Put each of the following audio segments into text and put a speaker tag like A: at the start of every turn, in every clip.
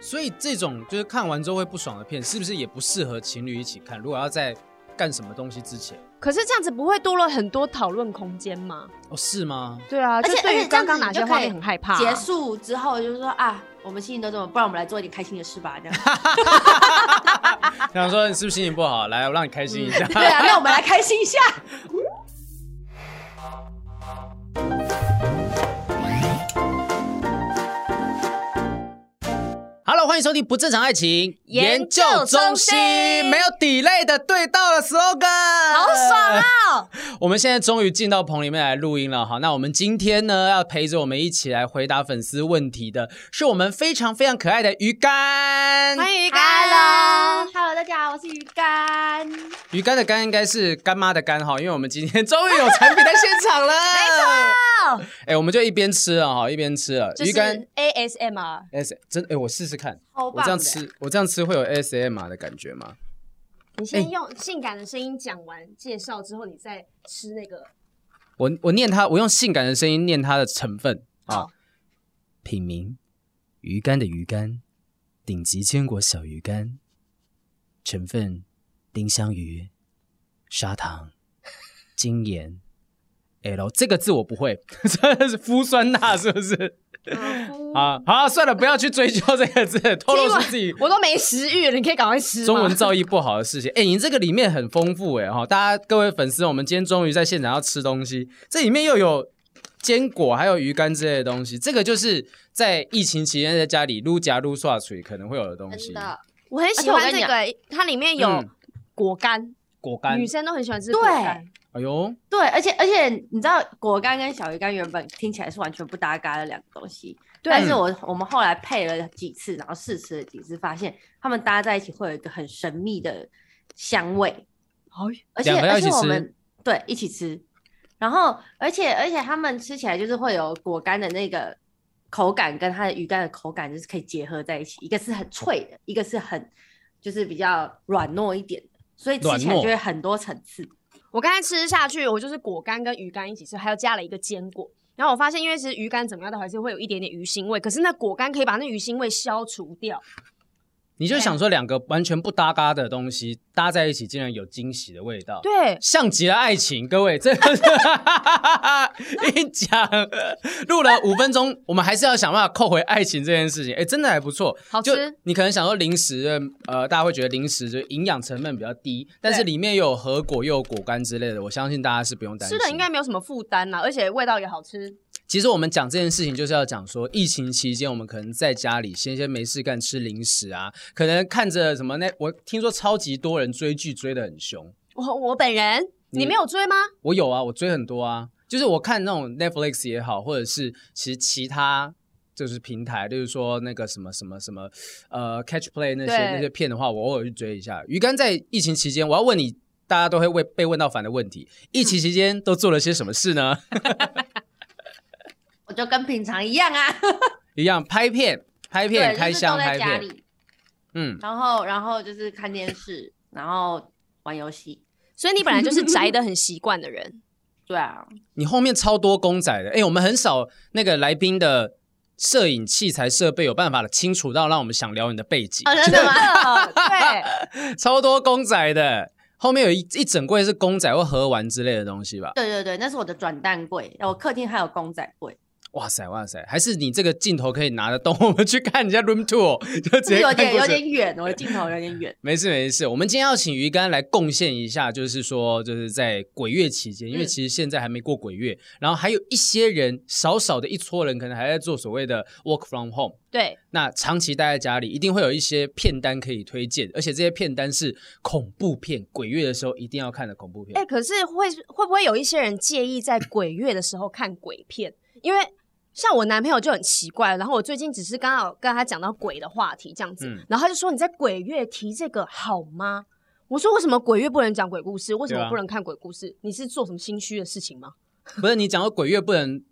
A: 所以这种就是看完之后会不爽的片，是不是也不适合情侣一起看？如果要在干什么东西之前，
B: 可是这样子不会多了很多讨论空间吗？
A: 哦，是吗？
B: 对啊，
C: 而且
B: 就对
C: 而
B: 于
C: 且这样
B: 刚刚
C: 子
B: 哪
C: 你就
B: 些画
C: 可以
B: 面很害怕、
C: 结束之后就是说啊，我们心情都这么，不然我们来做一点开心的事吧，这样。
B: 啊
A: 想说你是不是心情不好？来，我让你开心一 下。
C: 对啊，那我们来开心一下。
A: Hello，欢迎收听《不正常爱情
B: 研究中心
A: 没有 delay 的对到了 slogan，
B: 好爽啊！
A: 我们现在终于进到棚里面来录音了哈。那我们今天呢，要陪着我们一起来回答粉丝问题的是我们非常非常可爱的鱼干。
B: 欢迎鱼干
C: Hello，Hello，大家好，我是鱼干。
A: 鱼干的干应该是干妈的干哈，因为我们今天终于有产品在现场了。没错。哎、我们就一边吃了哈，一边吃了。
B: 就是
A: 鱼干
B: ASMR，
A: S 真哎、我试试看，
C: 超棒的
A: 我这样吃，我这样吃会有 ASMR 的感觉吗？
B: 你先用性感的声音讲完介绍之后，你再吃那个。
A: 嗯我我念它，我用性感的声音念它的成分啊
B: 好。
A: 品名：鱼干的鱼干，顶级坚果小鱼干。成分：丁香鱼、砂糖、精盐。L 这个字我不会， 这是麸酸钠是不是？啊， 好，算了，不要去追究这个字，透露出自己
B: 我都没食欲了，你可以赶快吃 吗
A: 中文造诣不好的事情。哎、你这个里面很丰富哎、哈，大家各位粉丝，我们今天终于在现场要吃东西，这里面又有坚果，还有鱼干之类的东西，这个就是在疫情期间在家里撸夹撸刷嘴可能会有的东西
C: 真。的，
B: 我很喜欢这个，它里面有
A: 嗯
B: 果干，
A: 果干
B: 女，生都很喜欢吃果干。
A: 哎呦，
C: 对，而且而且你知道果干跟小鱼干原本听起来是完全不搭嘎的两个东西，
B: 对
A: 嗯
C: 但是我我们后来配了几次，然后试吃了几次，发现它们搭在一起会有一个很神秘的香味，
B: 哎
C: 而且
A: 两个要
C: 而
A: 一起
C: 且
A: 吃
C: 我们对一起吃，然后而且而且它们吃起来就是会有果干的那个口感跟它的鱼干的口感就是可以结合在一起，一个是很脆的，一个是很就是比较软糯一点的，所以吃起
A: 软
C: 来
A: 糯
C: 就会很多层次。
B: 我刚才吃下去，我就是果干跟鱼干一起吃，还有加了一个坚果。然后我发现，因为其实鱼干怎么样都还是会有一点点鱼腥味，可是那果干可以把那鱼腥味消除掉。
A: 你
B: 啊
A: 就想说两个完全不搭嘎的东西搭在一起，竟然有惊喜的味道。
B: 对，
A: 像极了爱情，各位，这个是 一讲录了五分钟，我们还是要想办法扣回爱情这件事情。哎、真的还不错，
B: 好吃
A: 就你可能想说零食，呃，大家会觉得零食就营养成分比较低，但是里面又有核果又有果干之类的，我相信大家是不用担心。
B: 吃的应该没有什么负担啦，而且味道也好吃。
A: 其实我们讲这件事情，就是要讲说，疫情期间我们可能在家里闲闲没事干吃零食啊，可能看着什么那我听说超级多人追剧追得很凶，
B: 我我本人，
A: 你
B: 你没有追吗？
A: 我有啊，我追很多啊，就是我看那种 Netflix 也好，或者是其实其他就是平台，例如说那个什么什么什么呃 Catch Play 那些
B: 对
A: 那些片的话，我偶尔去追一下。鱼竿在疫情期间，我要问你，大家都会问被问到烦的问题：疫情期间都做了些什么事呢？
C: 我就跟平常一样啊，
A: 一样拍片、拍
C: 对，
A: 片、
C: 就是
A: 开箱、
C: 都在
A: 拍
C: 家
A: 片，
C: 里，
A: 嗯，
C: 然后然后就是看电视，然后玩游戏。
B: 所以你本 来就是宅的很习惯的人。
C: 对啊，
A: 你后面超多公仔的，哎、我们很少那个来宾的摄影器材设备有办法清除到让我们想聊你哦的背景。
C: 啊真的吗？
B: 哦对，
A: 超多公仔的，后面有一一整柜是公仔或盒玩之类的东西吧？
C: 对对对，那是我的转蛋柜，我客厅还有公仔柜，
A: 哇塞哇塞，还是你这个镜头可以拿得动，我 们去看人家 room tour 就直
C: 就是
A: 接
C: 有
A: 看
C: 点
A: 过
C: 有
A: 去
C: 点远，我的镜头有点远。
A: 没事没事，我们今天要请鱼竿来贡献一下，就是说，就是在鬼月期间，因为
C: 嗯
A: 其实现在还没过鬼月，然后还有一些人少少的一撮人，可能还在做所谓的 work from home。
B: 对，
A: 那长期待在家里，一定会有一些片单可以推荐，而且这些片单是恐怖片，鬼月的时候一定要看的恐怖片。
B: 哎、可是会会不会有一些人介意在鬼月的时候看鬼片？因为像我男朋友就很奇怪，然后我最近只是刚好跟他讲到鬼的话题这样子，
A: 嗯
B: 然后他就说你在鬼月提这个好吗？我说为什么鬼月不能讲鬼故事？为什
A: 对啊
B: 么不能看鬼故事？你是做什么心虚的事情吗？
A: 不是你讲到鬼月不能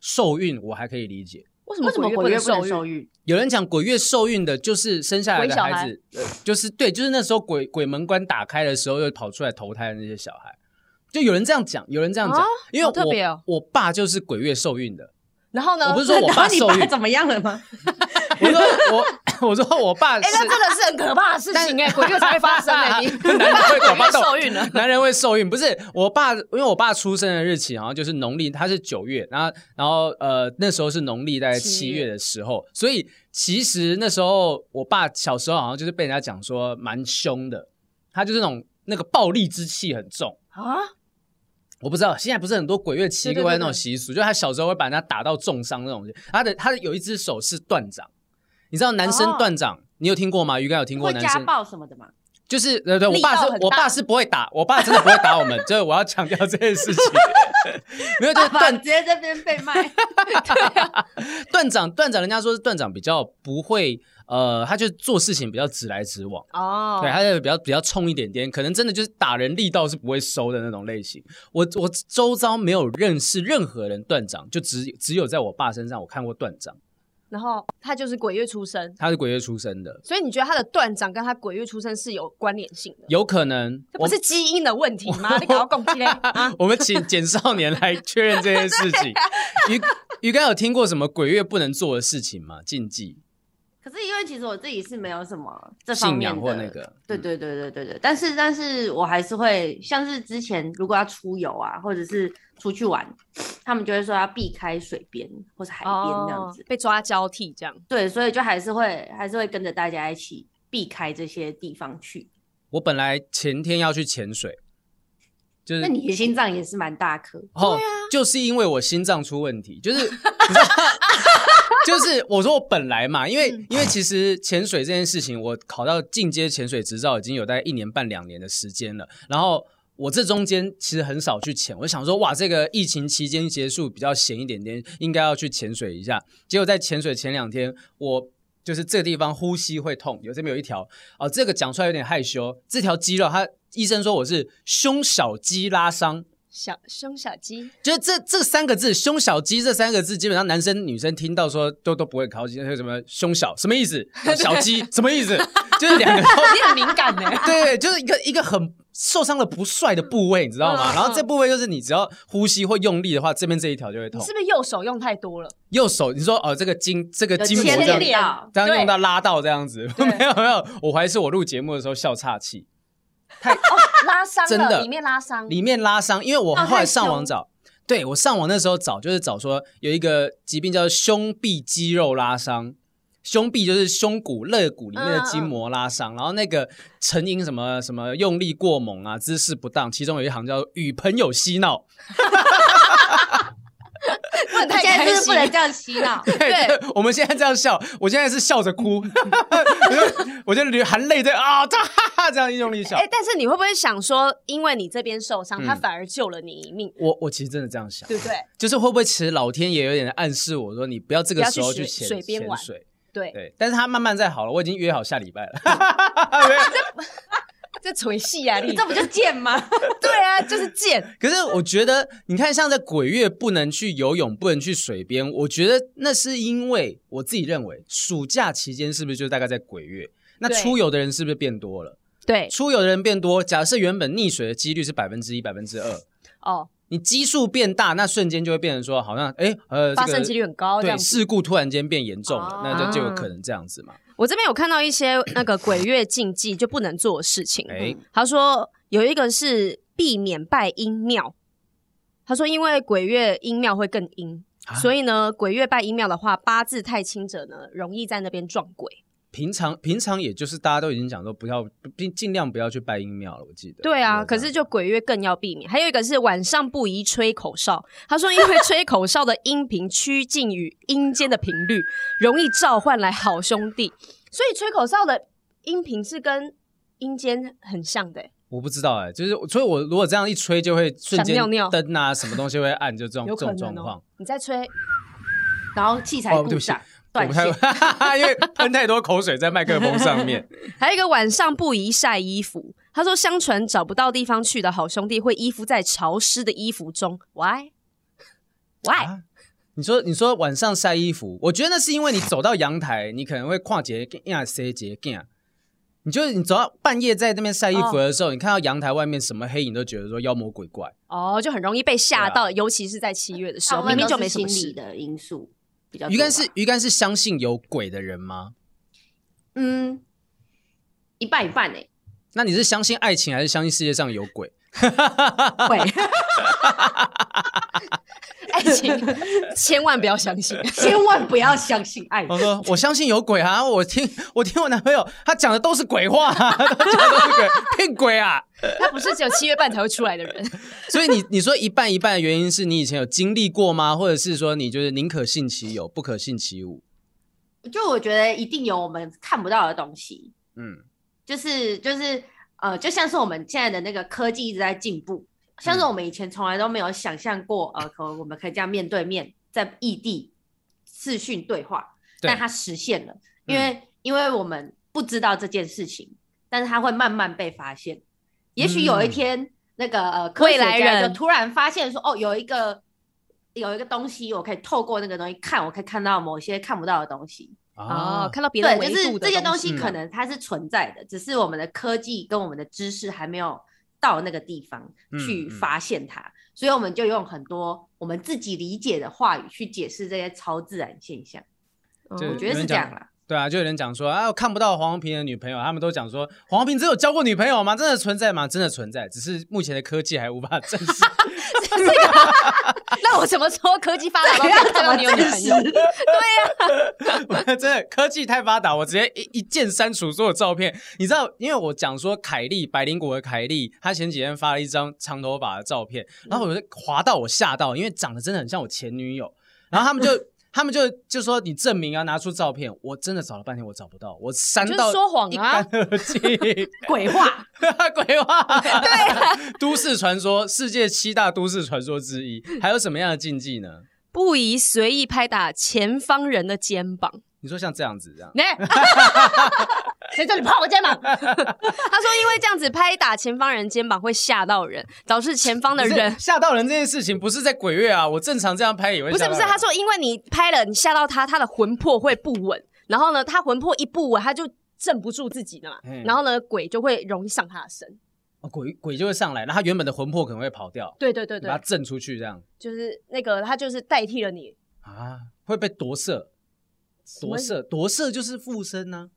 A: 受孕，我还可以理解。
B: 为什
C: 为
B: 么
C: 什么
B: 鬼
C: 鬼
B: 月
C: 月
B: 不
C: 不
B: 能
C: 能
B: 受
C: 受
B: 孕？
C: 孕？
A: 有人讲鬼月受孕的，就是生下来的
B: 鬼小孩
A: 孩子，呃就是对，就是那时候鬼鬼门关打开的时候，又跑出来投胎的那些小孩，就有人这样讲，有人这样讲，
B: 啊
A: 因为
B: 好
A: 我
B: 特别哦
A: 我爸就是鬼月受孕的，
B: 然后呢？
A: 我不是说我
C: 然
A: 爸
C: 后你
A: 受
C: 爸
A: 孕，
C: 怎么样了吗？
A: 我说我我 说我爸
B: 哎、
A: 是
B: 那真的是很可怕的事情哎、鬼月才会发 生哎、你
A: 男人会搞巴豆
D: 受孕了
A: 男人会受孕，不是我爸，因为我爸出生的日期，然后就是农历，他是九月，然后然后呃那时候是农历大概
B: 七
A: 七
B: 月
A: 月的时候，所以其实那时候我爸小时候好像就是被人家讲说蛮凶的，他就是那种那个暴力之气很重。
B: 啊，
A: 我不知道，现在不是很多鬼月奇
B: 对对对
A: 怪那种
B: 对
A: 习俗，就他小时候会把人家打到重伤那种。他的他的有一只手是断掌，你知道男生
B: 哦
A: 断掌，你有听过吗？鱼竿有听过
C: 会
A: 男
C: 家
A: 生
C: 暴什么的嘛？
A: 就是对对，我
B: 力
A: 爸
B: 道
A: 是
B: 很
A: 我
B: 大
A: 爸是不会打，我爸真的不会打我 们，就是我要强调这件事情。没有，就是
C: 爸爸
A: 断
C: 你直接这边被 卖，
A: 断掌断掌，人家说是断掌比较不会，呃，他就做事情比较直来直往，
B: 哦，
A: 对，他就比较比较冲一点点，可能真的就是打人力道是不会收的那种类型。我我周遭没有认识任何人断掌，就只只有在我爸身上我看过断掌，
B: 然后他就是鬼月出生，
A: 他是鬼月出生的，
B: 所以你觉得他的断掌跟他鬼月出生是有关联性的？
A: 有可能
B: 这
A: 我
B: 不是基因的问题吗？你搞到共基嘞啊？
A: 我们请简少年来确认这件事情。鱼鱼竿有听过什么鬼月不能做的事情吗？禁忌、
C: 可是因为其实我自己是没有什么这方
A: 信
C: 面
A: 仰
C: 的，
A: 或那个？
C: 对
A: 嗯，
C: 对对对对对，但是但是我还是会像是之前如果要出游啊，或者是出去玩，他们就会说要避开水边或是海边这样子。
B: 哦被抓交替这样。
C: 对，所以就还是会还是会跟着大家一起避开这些地方去。
A: 我本来前天要去潜水，就是
C: 那你的心脏也是蛮大颗，
A: 哦，就是因为我心脏出问题，就是 你知道就是我说我本来嘛，因为、嗯因为其实潜水这件事情，我考到进阶潜水执照已经有大概一年半两年的时间了，然后。我这中间其实很少去潜，我想说，哇，这个疫情期间结束比较闲一点点，应该要去潜水一下。结果在潜水前两天，我就是这个地方呼吸会痛，有这边有一条，哦、这个讲出来有点害羞，这条肌肉，它医生说我是胸小肌拉伤，
B: 小胸小鸡，
A: 就是这这三个字“胸小鸡”这三个字，基本上男生女生听到说都都不会考级，那个什么胸小什么意 思，小鸡什么意思，就是两个都
D: 你很敏感呢、
B: 欸
A: 对，就是一个一个很受伤了不帅的部位，你知道吗？
B: 嗯嗯
A: 然后这部位就是你只要呼吸或用力的话，这边这一条就会
B: 你
A: 痛
B: 是。不是右手用太多了？
A: 右手你说哦，这个筋这个
C: 有
A: 筋膜
C: 牵
A: 这
C: 连
A: 样
C: 到，
A: 这样
B: 对
A: 用到拉到这样子，
B: 对
A: 没有没有，我还是我录节目的时候笑岔气，
B: 拉伤
A: 真
B: 了，
A: 的
B: 里面拉伤，
A: 里面拉伤，因为我
C: 哦
A: 后
C: 害
A: 来
C: 羞
A: 上网找，对我上网那时候找就是找说有一个疾病叫胸壁肌肉拉伤，胸壁就是胸骨肋骨里面的
B: 嗯
A: 筋膜拉伤，然后那个成因什么什么用力过猛啊，姿势不当，其中有一行叫与朋友嬉闹，
B: 不能太
C: 现在
B: 开
C: 就是
B: 心
C: 不。能这样 洗脑。
A: 对，我们现在这样笑，我现在是笑着哭， 我就我就流含泪在啊，哈哈这样用力笑
B: 哎、。但是你会不会想说，因为你这边受伤，
A: 嗯
B: 他反而救了你一命，
A: 我我其实真的这样想，
B: 对不对？
A: 就是会不会其实老天爷有点暗示我说，你不要这个
B: 不要去
A: 时候
B: 水
A: 去潜
B: 水边
A: 潜
B: 玩
A: 水，
B: 对，
A: 对，但是他慢慢在好了，我已经约好下礼拜了。
B: 这锤戏啊，你
C: 这不就贱吗？
B: 对啊，就是贱。
A: 可是我觉得，你看像在鬼月不能去游泳，不能去水边，我觉得那是因为我自己认为，暑假期间是不是就大概在鬼月？那
B: 对
A: 出游的人是不是变多了？
B: 对，
A: 出游的人变多，假设原本溺水的几率是百分之一、百分之二，
B: 哦，
A: 你基数变大，那瞬间就会变成说，好像哎呃，
B: 发
A: 这个
B: 生几率很高，这
A: 对
B: 样子。
A: 事故突然间变严重了，那
B: 哦
A: 就就有可能这样子嘛。
B: 我这边有看到一些那个鬼月禁忌就不能做的事情。
A: 哎
B: 他说有一个是避免拜阴庙，他说因为鬼月阴庙会更阴，
A: 啊
B: 所以呢，鬼月拜阴庙的话，八字太轻者呢，容易在那边撞鬼。
A: 平常平常也就是大家都已经讲说不要，尽尽量不要去拜阴庙了，我记得。
B: 对
A: 有
B: 啊，
A: 这
B: 可
A: 样
B: 是就鬼月更要避免。还有一个是晚上不宜吹口哨，他说因为吹口哨的音频趋近于阴间的频率，容易召唤来好兄弟，所以吹口哨的音频是跟阴间很像的欸、
A: 我不知道哎、就是所以，我如果这样一吹，就会瞬间
B: 想尿尿
A: 灯啊，什么东西会暗，就这种
B: 有
A: 这
B: 可
A: 种
B: 能
A: 状
B: 哦、
A: 况。
B: 你在吹，
C: 然后器材
A: 哦
C: 故
A: 对不起
C: 障
A: 我
C: 断
A: 不太
C: 线，
A: 会，因 为喷太多口水在麦克风上面。
B: 还有一个晚上不宜晒衣服。他说，相传找不到地方去的好兄弟会依附在潮湿的衣服中。Why? Why？、
A: 啊你说，你说晚上晒衣服，我觉得那是因为你走到阳台，你可能会跨节呀塞节呀，你就是你走到半夜在那边晒衣
B: 哦
A: 服的时候，你看到阳台外面什么黑影，都觉得说妖魔鬼怪。
B: 哦、就很容易被吓到，
A: 对啊
B: 尤其是在七月的时
C: 大
B: 候，
C: 部
B: 明
C: 分
B: 明
C: 都
B: 就是没什
C: 心
B: 么
C: 理
B: 事。
C: 的因素比较多吧。
A: 鱼竿是鱼竿是相信有鬼的人吗？
C: 嗯，一半一半哎、
A: 那你是相信爱情，还是相信世界上有鬼？
C: 欸，会，
B: 爱情哎千万不要相 信。
C: 千万不要相信爱情
A: 我。 说我相信有鬼啊！我听我听我男朋友，他讲的都是鬼话、 啊，他讲的都是鬼，骗鬼啊！
B: 他不是只有七月半才会出来的人，
A: 所以你你说一半一半的原因是你以前有经历过吗？或者是说你就是宁可信其有，不可信其无？
C: 就我觉得一定有我们看不到的东西，
A: 嗯，
C: 就是就是呃，就像是我们现在的那个科技一直在进步，像是
A: 嗯
C: 我们以前从来都没有想象过，呃，可我们可以这样面对面在异地视讯对话，
A: 对
C: 但它实现了，因为、因为我们不知道这件事情，但是它会慢慢被发现，也许有一
A: 嗯
C: 天、那个呃科
B: 未
C: 学
B: 来
C: 家
B: 人
C: 就突然发现说，哦，有一个。有一个东西，我可以透过那个东西看，我可以看到某些看不到的东西。
A: 啊
B: 哦，看到别的
C: 对，
B: 维
C: 就是
B: 度的
C: 这些
B: 东
C: 东
B: 西
C: 西
A: 嘛
C: 可能它是存在的，只是我们的科技跟我们的知识还没有到那个地方
A: 嗯
C: 去
A: 嗯
C: 发现它，所以我们就用很多我们自己理解的话语去解释这些超自然现象。
A: 就
C: 我
B: 嗯
C: 觉得是这样啦，
A: 对啊，就有人讲说啊，我看不到黄宏平的女朋友，他们都讲说黄宏平只有交过女朋友吗？真的存在吗？真的存在，只是目前的科技还无法证实。
B: 那我什么时候科技发达到这样 代表你有女朋友？
A: 我真的科技太发达，我直接一一键删除所有照片。你知道，因为我讲说凯莉百灵果的凯莉，她前几天发了一张长头发的照片，然后我就
B: 嗯
A: 滑到我吓到，因为长得真的很像我前女友。然后他们就他们就就说你证明啊，拿出照片。我真的找了半天我找不到，我删
B: 就是
A: 到
B: 说谎
A: 一
B: 啊
A: 干！二 净。
C: 鬼话，
A: 鬼话，
B: 啊
A: 对、 都市传说，世界七大都市传说之一，还有什么样的禁忌呢？
B: 不宜随意拍打前方人的肩膀。
A: 你说像这样子这样，
B: 哎谁叫你碰我肩膀？他说，因为这样子拍打前方人肩膀会吓到人，导致前方的
A: 不是
B: 人
A: 吓到人这件事情，不是在鬼月啊，我正常这样拍也会
B: 不
A: 吓
B: 是
A: 到
B: 不
A: 人
B: 是，他说因为你拍了，你吓到他，他的魂魄会不稳，然后呢，他魂魄一不稳，他就镇不住自己的嘛
A: 嗯，
B: 然后呢，鬼就会容易上他的身。
A: 哦鬼鬼就会上来，然后他原本的魂魄可能会跑掉，啊
B: 对对对
A: 把
B: 对
A: 他，震出去这样
B: 就是那个他就是代替了你，
A: 啊，会被夺舍。夺
B: 哦么
A: 舍，夺舍就是附身呐、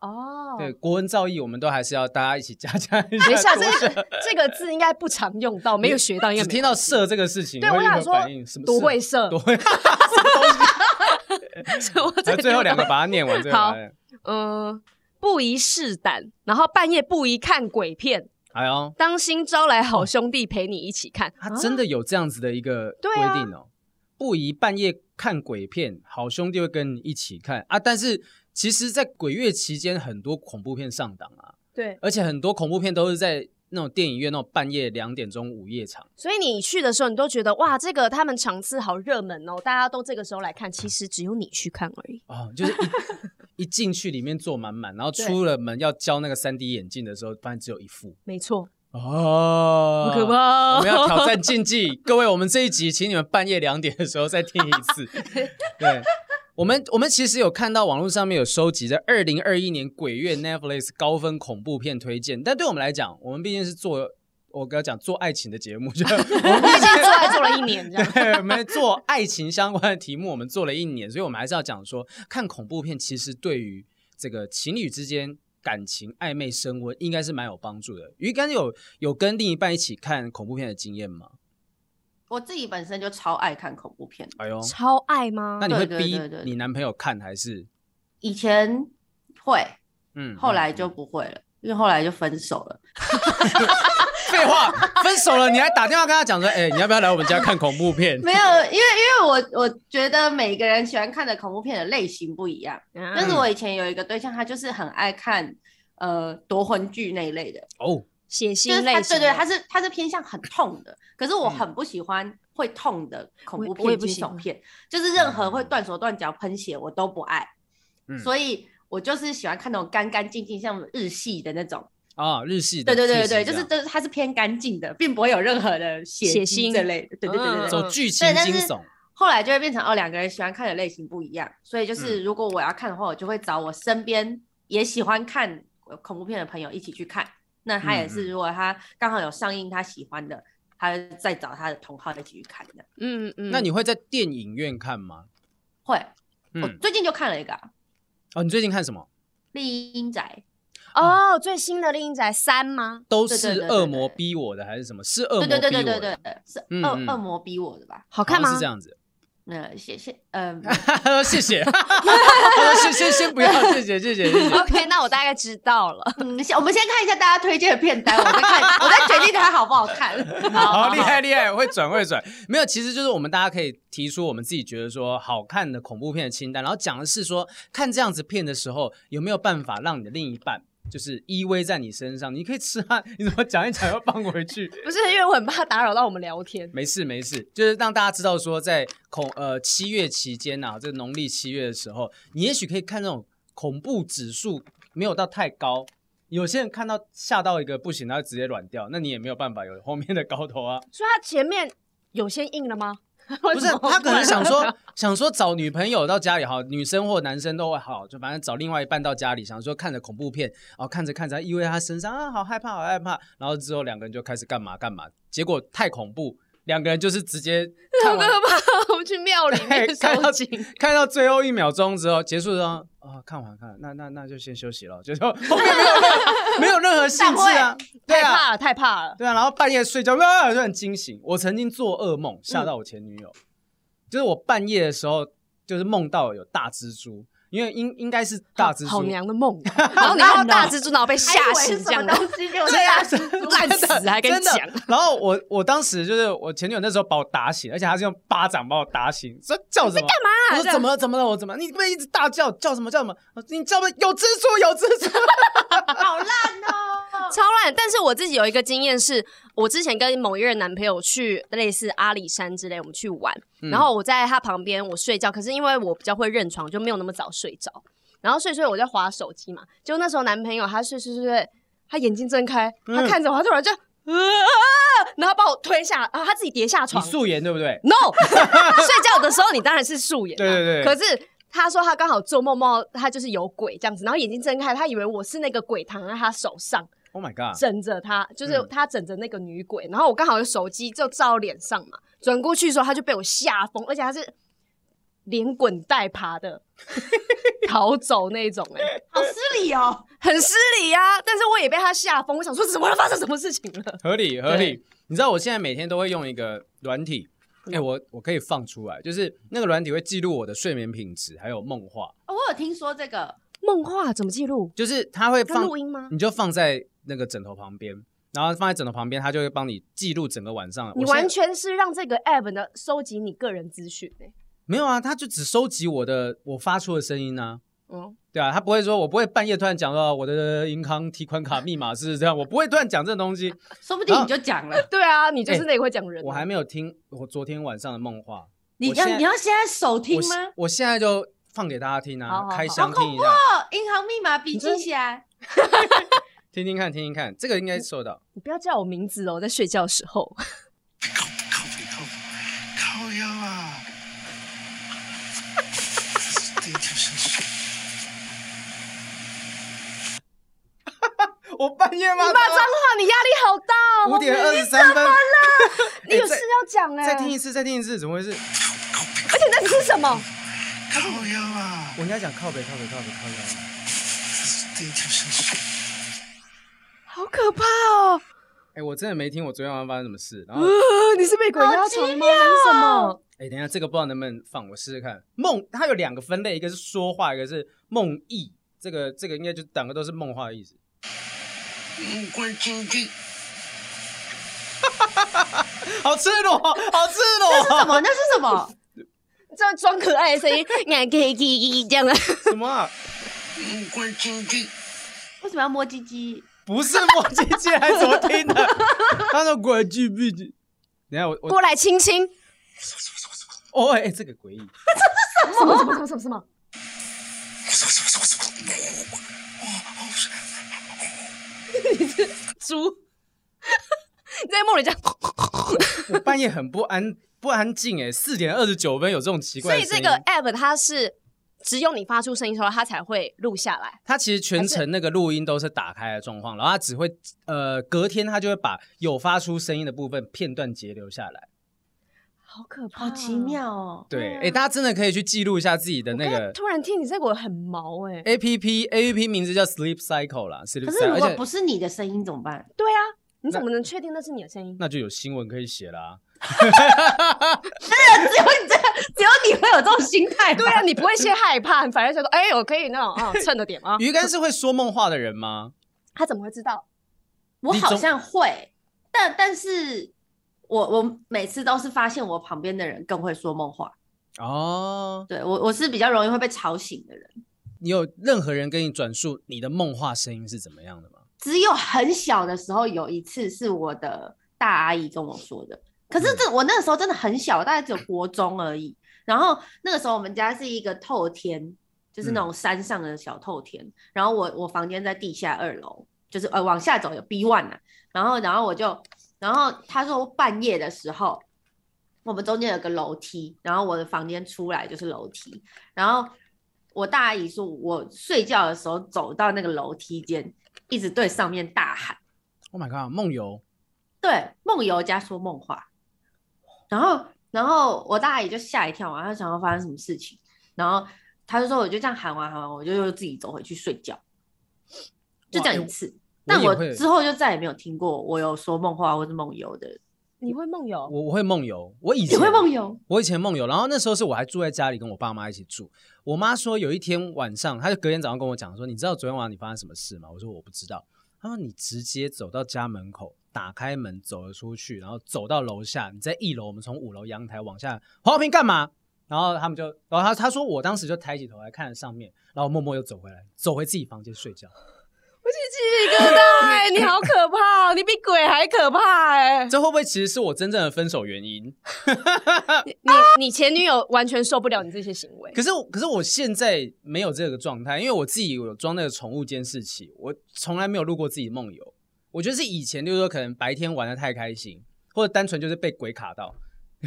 B: 哦，
A: 对，国文造诣我们都还是要大家一起加强一下。
B: 没事啊，
A: 夺
B: 这
A: 舍
B: 个这个字应该不常用到，没有学到，应该
A: 只
B: 没
A: 听到“舍”这个事情，
B: 对
A: 会
B: 我
A: 立刻
B: 想说
A: 反应什么
B: 多
A: 舍
B: 会 射，
A: 多会，什么东西？
B: 我 这
A: 最后两个
B: 吧。
A: 把它念完，最后
B: 好
A: 把它念
B: 嗯，不宜试胆，然后半夜不宜看鬼片，
A: 哎呦，
B: 当心招来好兄弟陪你一起看。
A: 他真的有这样子的一个
B: 啊对
A: 规
B: 啊
A: 定哦，不宜半夜看鬼片，好兄弟会跟你一起看啊。但是其实，在鬼月期间，很多恐怖片上档啊，
B: 对，
A: 而且很多恐怖片都是在那种电影院那种半夜两点钟午夜场。
B: 所以你去的时候，你都觉得哇，这个他们场次好热门哦，大家都这个时候来看，其实只有你去看而已。
A: 哦，就是一 一进去里面坐满满，然后出了门要交那个三 D 眼镜的时候，发现只有一副
B: 没错，
A: 哦，
B: 好可怕、
A: 我
B: 哦
A: 们要挑战禁忌，各位，我们这一集，请你们半夜两点的时候再听一 次。对，我们我们其实有看到网络上面有收集在二零二一年鬼月 Netflix 高分恐怖片推荐，但对我们来讲，我们毕竟是做我刚刚讲做爱情的节目， 就我们
B: 我已经做来做了一年这样。
A: 对，我们做爱情相关的题目，我们做了一年，所以我们还是要讲说，看恐怖片其实对于这个情侣之间感情暧昧升温，应该是蛮有帮助的。鱼竿有有跟另一半一起看恐怖片的经验吗？
C: 我自己本身就超爱看恐怖片，
A: 哎呦，
B: 超爱吗
A: 那？你会
C: 对对
A: 逼
C: 对对
A: 你男朋友看还是？
C: 以前会，
A: 嗯，
C: 后来就不会了，因为后来就分手了。
A: 废话，分手了你还打电话跟他讲说，哎、你要不要来我们家看恐怖
B: 嗯
A: 片？
C: 没有，因为因为我我觉得每个人喜欢看的恐怖片的类型不一样。但
B: 但
C: 是我以前有一个对象，他就是很爱看呃夺魂剧那一类的，
A: 哦，
B: 血
C: 就
B: 腥
C: 是他
B: 类
C: 对
B: 型的，
C: 对，他是他是偏向很痛的，可是我
A: 嗯
C: 很不喜欢会痛的恐
B: 我
C: 怖
B: 我也
C: 片、
B: 不
C: 惊
B: 喜欢嗯
C: 悚片，就是任何会断手断脚、喷血我都不爱，
A: 嗯
C: 所以我就是喜欢看那种干干净净，像日系的那种。
A: 啊，日系的
C: 对对对
A: 剧
C: 对，
A: 情
C: 就是
A: 这样
C: 就是它是偏干净的，并不会有任何的
B: 血
C: 血
B: 腥哦
C: 腥这类的。对对对对对，
A: 走剧情
C: 嗯对但
A: 惊
C: 是
A: 悚，
C: 后来就会变成哦，两个人喜欢看的类型不一样，所以就是如果我要看的话，我就会找我身边也喜欢看呃恐怖片的朋友一起去看。那他也
A: 嗯
C: 是，如果他刚好有上映他喜欢的，他再找他的同好一起去看的。
B: 嗯嗯。
A: 那你会在电影院看吗？
C: 会，我
A: 嗯，
C: 哦最近就看了一个啊
A: 哦，你最近看什么？
C: 丽英宅，
B: 哦，最新的《丽英宅三》吗？
A: 都
C: 对对
A: 是
C: 对对
A: 恶魔
C: 对
A: 逼我的还是什么？是恶魔
C: 对
A: 逼我的，
C: 对对对对哦对，对是哦
A: 嗯
C: 恶
A: 嗯
C: 恶魔逼我的吧？
B: 好看吗
A: 哦是？这样子。
C: 那谢谢，嗯，
A: 他说谢 谢，他说先先先不要，谢 谢谢谢谢谢。
B: OK，那我大概知道了。
C: 嗯，先我们先看一下大家推荐的片单，我再看，我再决定它好不好看。
A: 好厉害厉害，会转会转。没有，其实就是我们大家可以提出我们自己觉得说好看的恐怖片的清单，然后讲的是说看这样子片的时候有没有办法让你的另一半就是依偎在你身上，你可以吃他，你怎么讲一讲又放回去？
B: 不是，因为我很怕打扰到我们聊天。
A: 没事没事，就是让大家知道说，在恐呃七月期间呐、这个农历七月的时候，你也许可以看那种恐怖指数没有到太高，有些人看到吓到一个不行，他就直接软掉，那你也没有办法有后面的高头啊。
B: 所以他前面有先硬了吗？
A: 不
B: 不
A: 是，他可能想说想说找女朋友到家里好，女生或男生都会好，就反正找另外一半到家里，想说看着恐怖片，然后看着看着依偎在他身上啊，好害怕，好害怕，然后之后两个人就开始干嘛干嘛，结果太恐怖，两个人就是直接看
B: 好
A: 完
B: 可怕，我们去庙里面
A: 对 看
B: 收
A: 到
B: 紧。
A: 看到最后一秒钟之后结束之后啊、看完看完，那那那就先休息了，就说后面没有任何没有任何兴致啊，对
B: 太
A: 啊
B: 怕了，太怕了。
A: 对啊，然后半夜睡觉啊就很惊醒。我曾经做噩梦吓到我前女友，就是我半夜的时候就是梦到有大蜘蛛，因为应应该是大蜘
B: 好
A: 蛛。
B: 娘的梦啊， 然后你看到大蜘蛛，然后被吓
C: 还以为
B: 醒这
C: 是什
B: 样
C: 么
B: 的，
C: 东西，结果是
A: 对啊
C: 大蜘蛛
B: 烂死
A: 真的
B: 还跟你
A: 真的
B: 讲。
A: 然后我我当时就是我前女友那时候把我打醒，而且她是用巴掌把我打醒，说叫什么？
B: 干嘛啊
A: 我说怎么了怎么了？我怎么了？你不能一直大叫叫什么叫什么？我说你叫不有蜘蛛有蜘蛛？
C: 好烂哦。
B: 超烂。但是我自己有一个经验是，我之前跟某一任男朋友去类似阿里山之类，我们去玩，
A: 嗯
B: 然后我在他旁边我睡觉，可是因为我比较会认床，就没有那么早睡着。然后睡睡我在划手机嘛，就那时候男朋友他睡睡睡睡，他眼睛睁开，
A: 嗯
B: 他看着我，他突然就。呃，然后把我推下，啊，他自己跌下
A: 你
B: 床。
A: 素颜对不对？
B: No，睡觉的时候你当然是素颜、啊，
A: 对对对
B: 可是他说他刚好做梦梦，到他就是有鬼这样子，然后眼睛睁开，他以为我是那个鬼躺在他手上，
A: Oh my god！
B: 枕着他，就是
A: 嗯
B: 他枕着那个女鬼，然后我刚好有手机就照脸上嘛，转过去的时候他就被我吓疯，而且他是连滚带爬 的逃走那种、欸，
C: 好失礼哦！
B: 很失礼呀、但是我也被他吓疯，我想说怎么了，发生什么事情了？
A: 合理合理。你知道我现在每天都会用一个软体，哎、我我可以放出来，就是那个软体会记录我的睡眠品质，还有梦话，
C: 哦我有听说这个，
B: 梦话怎么记录？
A: 就是它会
B: 要
A: 放
B: 录，音吗？
A: 你就放在那个枕头旁边，然后放在枕头旁边，它就会帮你记录整个晚上。
B: 你
A: 我现在
B: 完全是让这个 app 呢收集你个人资讯欸
A: 没有啊？它就只收集我的我发出的声音啊。
B: 嗯，
A: 对啊，他不会说，我不会半夜突然讲到我的银行提款卡密码是这样，我不会突然讲这东 西。
C: 说不定
A: 啊
C: 你就讲了。
B: 对啊，你就是那个会讲人啊、
A: 哎我还没有听我昨天晚上的梦话，
C: 你
A: 我
C: 要
A: 现在
C: 你要现在手听
A: 我
C: 吗？
A: 现我现在就放给大家听
B: 好好
A: 啊，
B: 好
A: 开箱听一下。
C: 哦，银行密码笔记起来。
A: 听听看，听听看，这个应该收到。
B: 你不要叫我名字哦，我在睡觉的时 候。
E: 靠腰啊！这就是
A: 我半夜骂
B: 你骂脏话，你压力好大哦。
A: 五点二十三分，
B: 你 有事
A: 再
B: 要讲哎、
A: 再听一次，再听一次，怎么回事？
B: 而且那是什么？
E: 靠腰啊！
A: 我应该讲靠北，靠北，靠北，靠腰。
E: 这就是
B: 好可怕哦！
A: 哎，我真的没听我昨天晚上发生什么事。然后，
B: 呃，你是被鬼压床
A: 哦
B: 吗？还是什么？
A: 哎，等一下，这个不知道能不能放，我试试看。梦，它有两个分类，一个是说话，一个是梦呓。这个这个应该就两个都是梦话的意思。
E: 无关经济。
A: 好赤裸，好赤
C: 什
A: 裸，
C: 么？哦那是什么？
B: 这样装可爱的声音，俺可以可以这样的。
A: 什么啊？
E: 无关经济。
C: 为什么要摸鸡鸡？
A: 不是摸鸡鸡，还怎么听的？他说国际毕竟。等一下，我我
B: 过来亲亲，
A: 哦，哎，这个诡异。
B: 什么什么什么什么什么？ 猪，你在梦里这样。
A: 我半夜很不安不安静哎，四点二十九分有这种奇
B: 所
A: 怪
B: 以
A: 的声音。
B: 这个 app 它是只有你发出声音的时候，它才会录下来。
A: 它其实全程那个录音都是打开的状况，然后它只会呃隔天它就会把有发出声音的部分片段截留下来。
B: 好可怕，
C: 好奇。妙哦。
A: 对，
B: 啊
A: 哎、大家真的可以去记录一下自己的
B: 我
A: 那
B: 刚刚
A: 个
B: 突然听你这个我很毛哎，
A: A P P A P P 名字叫 Sleep Cycle 啦，Sleep
C: 可是
A: Cycle，
C: 如
A: 而
C: 果
A: 且
C: 不是你的声音怎么办？
B: 对啊，你怎么能确定那是你的声音？
A: 那就有新闻可以写啦。
C: 只有你这，只有你会有这种心态吧。
B: 对啊，你不会先害怕，你反而觉得哎，我可以那种 啊蹭着点
C: 哦
B: 啊。
A: 鱼竿是会说梦话的人吗？
B: 他怎么会知道？
C: 我
A: 你
C: 好
A: 总
C: 像会，但但是我我每次都是发现我旁边的人更会说梦话，
A: 哦，
C: 对我我是比较容易会被吵醒的人，
A: 你有任何人跟你转述你的梦话声音是怎么样的吗？
C: 只有很小的时候有一次是我的大阿姨跟我说的，可是这我那个时候真的很小，大概只有国中而已。然后那个时候我们家是一个透天，就是那种山上的小透天，然后我我房间在地下二楼，就是呃往下走有 B one 啊，然后然后我就，然后他说半夜的时候，我们中间有个楼梯，然后我的房间出来就是楼梯，然后我大阿姨说我睡觉的时候走到那个楼梯间，一直对上面大喊。
A: Oh my god，梦游，
C: 对，梦游加说梦话。然后，然后我大姨就吓一跳嘛，她想要发生什么事情，然后她就说我就这样喊完喊完，我就又自己走回去睡觉，就这
A: 哇
C: 样一
A: 哎
C: 次。
A: 我
C: 但
A: 也
C: 我
A: 会
C: 之后就再也没有听过我有说梦话或是梦游的。
B: 你会梦游？
A: 我我会梦游，我以
C: 你
A: 前
C: 会 梦游？
A: 我以前梦游，然后那时候是我还住在家里，跟我爸妈一起住。我妈说有一天晚上，她就隔天早上跟我讲说：“你知道昨天晚上你发生什么事吗？”我说：“我不知道。”她说：“你直接走到家门口，打开门走了出去，然后走到楼下，你在一楼，我们从五楼阳台往下，黄浩平干嘛？”然后他们就，然后她她说我当时就抬起头来看了上面，然后默默又走回来，走回自己房间睡觉。
B: 我起鸡皮疙瘩哎，你好可怕哦，你比鬼还可怕哎！
A: 这会不会其实是我真正的分手原因？
B: 你你前女友完全受不了你这些行为，
A: 可是我，可是我现在没有这个状态，因为我自己有装那个宠物监视器，我从来没有录过自己梦游。我觉得是以前，就是说可能白天玩的太开心，或者单纯就是被鬼卡到，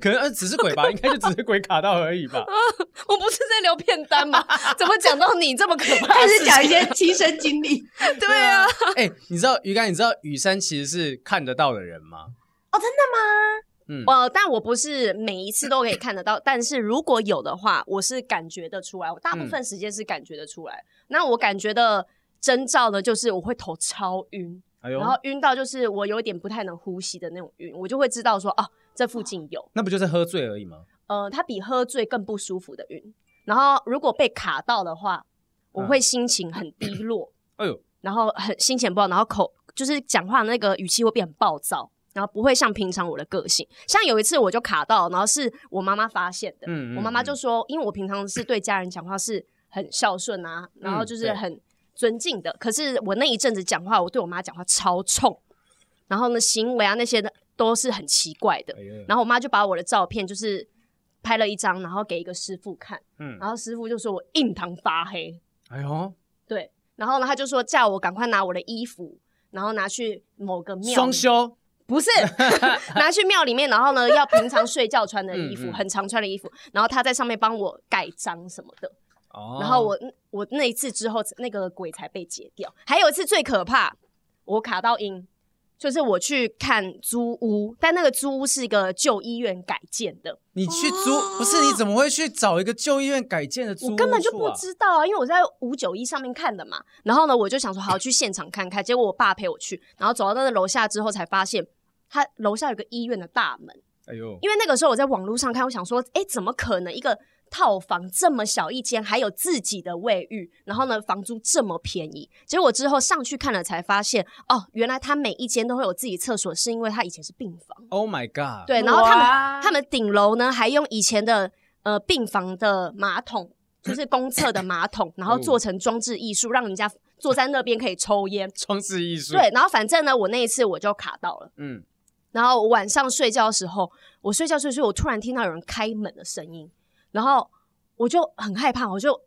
A: 可能呃只是鬼吧，应该就只是鬼卡到而已
B: 哦
A: 吧。
B: 我不是在聊片单吗？怎么讲到你这么可怕
C: 开
B: 的事
C: 始
B: 情？
C: 讲一些亲身经历
B: 对啊，，
A: 哎、你知道鱼竿，你知道雨山其实是看得到的人吗？
C: 哦，真的吗？
A: 嗯，
B: 呃，但我不是每一次都可以看得到，但是如果有的话，我是感觉得出来，我大部分时间是感觉得出来。那我感觉的征兆呢，就是我会头超晕，
A: 哎呦
B: 然，后晕到就是我有点不太能呼吸的那种晕，我就会知道说啊，这附近有。
A: 那不就是喝醉而已吗？
B: 呃，它比喝醉更不舒服的晕。然后如果被卡到的话，我会心情很低落，
A: 哎呦，
B: 然后很心情不好，然后口就是讲话那个语气会变很暴躁，然后不会像平常我的个性。像有一次我就卡到，然后是我妈妈发现的，
A: 嗯嗯
B: 我妈妈就说，因为我平常是对家人讲话是很孝顺啊，然后
A: 嗯
B: 就是
A: 对
B: 很尊敬的，可是我那一阵子讲话，我对我妈讲话超冲，然后呢行为啊那些的都是很奇怪的
A: 哎，呦，
B: 然后我妈就把我的照片就是拍了一张，然后给一个师傅看，
A: 嗯，
B: 然后师傅就说我印堂发黑，
A: 哎呦，
B: 对，然后呢他就说叫我赶快拿我的衣服，然后拿去某个庙里
A: 双休，
B: 不是 拿去庙里面，然后呢要平常睡觉穿的衣服，
A: 嗯嗯
B: 很常穿的衣服，然后他在上面帮我盖章什么的，
A: 哦
B: 然后我我那一次之后那个鬼才被解掉，还有一次最可怕，我卡到音。就是我去看租屋，但那个租屋是一个旧医院改建的，
A: 你去租、不是？你怎么会去找一个旧医院改建的租、
B: 哦我根本就不。知道啊，因为我在五九一上面看的嘛。然后呢，我就想说好去现场看看，结果我爸陪我去，然后走到那个楼下之后才发现，他楼下有个医院的大门。
A: 哎呦，
B: 因为那个时候我在网络上看，我想说，哎，怎么可能一个套房这么小一间，还有自己的卫浴，然后呢，房租这么便宜？结果之后上去看了才发现，哦，原来他每一间都会有自己厕所，是因为他以前是病房。
A: Oh my god！，
B: 对，然后他们
C: 哇
B: 他们顶楼呢还用以前的呃病房的马桶，就是公厕的马桶，然后做成装置艺术，让人家坐在那边可以抽烟。
A: 装饰艺术。，
B: 对，然后反正呢，我那一次我就卡到了。
A: 嗯，
B: 然后我晚上睡觉的时候，我睡觉睡睡，我突然听到有人开门的声音，然后我就很害怕，我就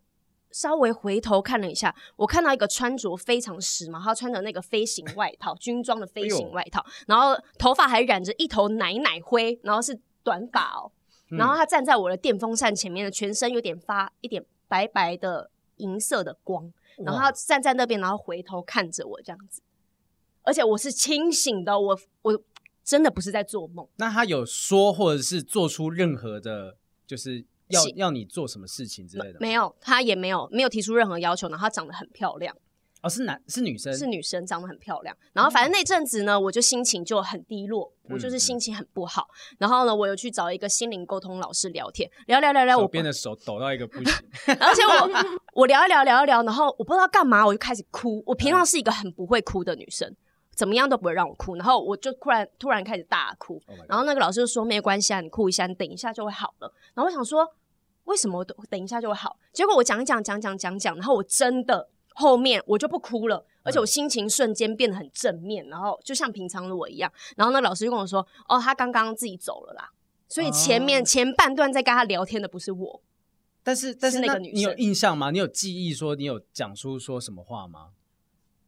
B: 稍微回头看了一下，我看到一个穿着非常时髦，他穿着那个飞行外套，军装的飞
A: 哎呦
B: 行外套，然后头发还染着一头奶奶灰，然后是短发哦，
A: 嗯
B: 然后他站在我的电风扇前面的，全身有点发一点白白的银色的光，然后他站在那边，然后回头看着我这样子，而且我是清醒的，我我真的不是在做梦。
A: 那他有说或者是做出任何的，就是要
B: 是
A: 要你做什么事情之类的？
B: 没有，她也没有没有提出任何要求，然后她长得很漂亮，
A: 哦，是男是女生？
B: 是女生，长得很漂亮。然后反正那阵子呢，我就心情就很低落，我就是
A: 嗯
B: 心情很不好。然后呢，我有去找一个心灵沟通老师聊天，聊聊聊聊，
A: 手
B: 我
A: 边的手抖到一个 不行。
B: 而且我我聊一聊聊一聊，然后我不知道干嘛，我就开始哭。我平常是一个很不会哭的女生，怎么样都不会让我哭，然后我就突然突然开始大哭。
A: Oh my god
B: 然后那个老师就说没关系啊，你哭一下，你等一下就会好了。然后我想说，为什么我等我等一下就会好？结果我讲一讲讲讲讲讲，然后我真的后面我就不哭了，而且我心情瞬间变得很正面，然后就像平常的我一样。然后那老师就跟我说，哦，他刚刚自己走了啦。所以前面
A: 哦
B: 前半段在跟他聊天的不是我，
A: 但是但是
B: 那
A: 那
B: 个女
A: 你有
B: 生
A: 印象吗？你有记忆说你有讲出说什么话吗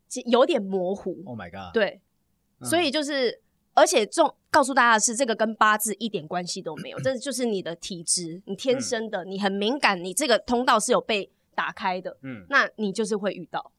B: 其有点模糊。
A: ？Oh my god！，
B: 对，
A: 嗯
B: 所以就是，而且重告诉大家的是，这个跟八字一点关系都没有，这就是你的体质，你
A: 嗯
B: 天生的，你很敏感，你这个通道是有被打开的，
A: 嗯，
B: 那你就是会遇到，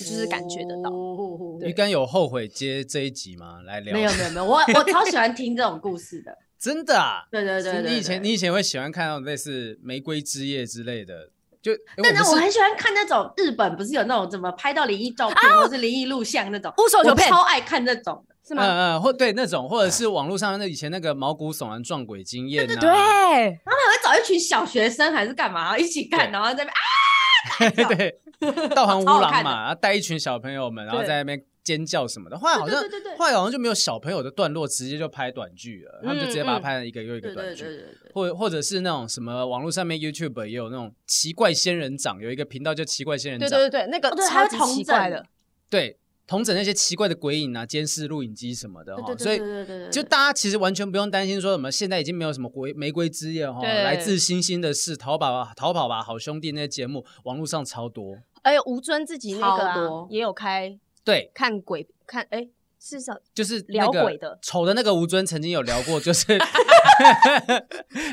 B: 你就是感觉得到。
C: 哦
A: 鱼竿有后悔接这一集吗？来聊。
C: 没有没有没有，我我超喜欢听这种故事的。
A: 真的啊。
C: 对对对对对
A: 你以前你以前会喜欢看到类似《玫瑰之夜》之类的，就
C: 但是
A: 我
C: 我
A: 不是
C: 很喜欢看那种日本，不是有那种怎么拍到灵异照
B: 啊
C: 片或是灵异录像那种，
B: 乌手
C: 我
B: 九片
C: 超爱看这种的。
B: 是
A: 嗯
B: 吗？
A: 嗯，或对那种，或者是网络上那以前那个毛骨悚然撞鬼经验啊，
B: 对，
C: 还会找一群小学生还是干嘛一起看，
A: 对
C: 然后在那边啊，
A: 对， 道行乌
C: 超好
A: 狼
C: 看的
A: 嘛，然后带一群小朋友们，然后
B: 对
A: 在那边尖叫什么的。后来好像
C: 对对对对，
A: 后来好像就没有小朋友的段落，直接就拍短剧了，他们就直接把它
B: 嗯
A: 拍成一个又一个
C: 对
A: 短
C: 对对
A: 剧。
C: 对对。
A: 或者或者是那种什么网络上面 YouTube 也有那种奇怪仙人掌，有一个频道叫奇怪仙人
B: 对
A: 掌，
B: 对对对，那个
C: 哦对
B: 超
C: 还
B: 级
C: 会同
B: 奇怪
C: 整
B: 的，
A: 对，同整那些奇怪的鬼影啊、监视录影机什么的
C: 对
A: 哈，
C: 对
A: 所
C: 对
A: 以
C: 对对对，
A: 就
C: 大
A: 大家其实完全不用担心说什么，现在已经没有什么鬼玫瑰之夜哈，
B: 对
A: 来自星星的事、逃跑吧、逃跑吧好兄弟那些节目，网络上超多。
B: 而且哎吴尊自己那个、
C: 超
B: 啊
C: 多、
B: 也有开
A: 对，
B: 看鬼看，哎、是什
A: 就是那
B: 聊
A: 个
B: 鬼的
A: 丑的那个吴尊曾经有聊过，就是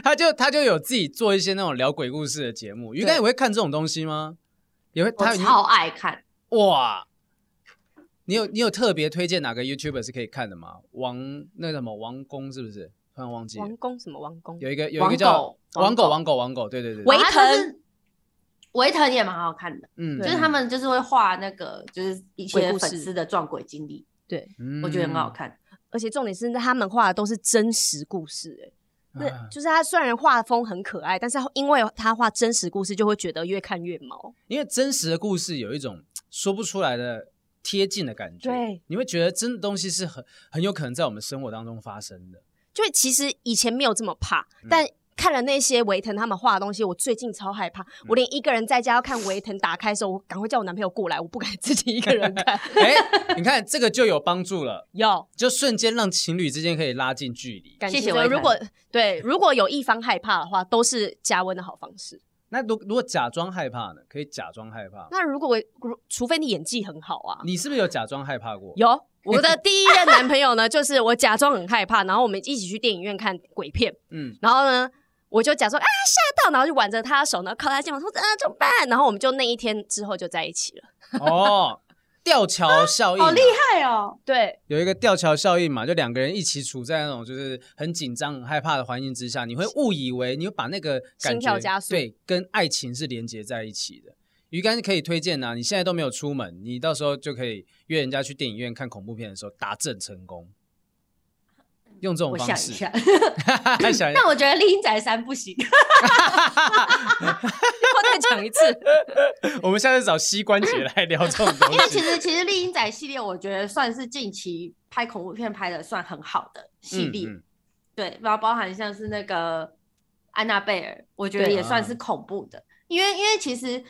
A: 他就他就有自己做一些那种聊鬼故事的节目。鱼竿也会看这种东西吗？也会，他
C: 我超爱看，
A: 哇！你有你有特别推荐哪个 YouTuber 是可以看的吗？王那个什么王工是不是？突然忘记了
B: 王宫什么王宫？
A: 有一个有一个
C: 王
A: 叫
C: 狗
A: 王
C: 王
A: 狗
C: 狗
A: 王狗王狗，对对对，
B: 维
C: 然后他就
B: 腾
C: 是。维腾也蛮好看的，
A: 嗯
C: 就是他们就是会画那个，就是一
B: 鬼
C: 些
B: 故事
C: 粉丝的撞鬼经历，
B: 对，
A: 嗯
C: 我觉得很好。看。
B: 而且重点是他们画的都是真实故事、哎。那
C: 嗯
A: 啊
B: 就是他虽然画风很可爱，但是他因为他画真实故事，就会觉得越看越毛。
A: 因为真实的故事有一种说不出来的贴近的感觉，
B: 对，
A: 你会觉得真的东西是很很有可能在我们生活当中发生的。
B: 就其实以前没有这么怕，
C: 嗯
B: 但看了那些维腾他们画的东西，我最近超害怕。
C: 嗯
B: 我连一个人在家要看维腾打开的时候，我赶快叫我男朋友过来，我不敢 自己一个人 看。
A: 哎， 你看这个就有帮助了，
B: 有
A: 就瞬间让情侣之间可以拉近距离。
B: 感
C: 谢谢
B: 觉
C: 维腾
B: 如果对如果有一方害怕的话，都是加温的好方式。
A: 那如如果假装害怕呢？可以假装害怕。
B: 那如果如除非你演技很好啊，
A: 你是不是有假装害怕过？
B: 有我的第一任男朋友呢，就是我假装很害怕，然后我们一起去电影院看鬼片。
A: 嗯，
B: 然后呢，我就假装啊吓到，然后就挽着他的手，然后靠他肩膀说啊怎么办？然后我们就那一天之后就在一起了。
A: 哦，吊桥效应、啊
C: 好厉害哦！
B: 对，
A: 有一个吊桥效应嘛，就两个人一起处在那种就是很紧张、很害怕的环境之下，你会误以为你会把那个感觉
B: 心跳加速
A: 对，跟爱情是连接在一起的。鱼竿是可以推荐呐、你现在都没有出门，你到时候就可以约人家去电影院看恐怖片的时候打正成功，用这种
C: 我
A: 方
C: 想一
A: 式。
C: 下，
A: 想一下，
C: 但我觉得《丽仔三》不行，
B: 我再讲一次，
A: 我们下次找膝关节来聊这种东西。
C: 因为其实其实《丽英仔》系列，我觉得算是近期拍恐怖片拍的算很好的系列，
A: 嗯嗯
C: 对，然后包含像是那个安娜贝尔，我觉得
B: 对
C: 也算是恐怖的，因为因为其实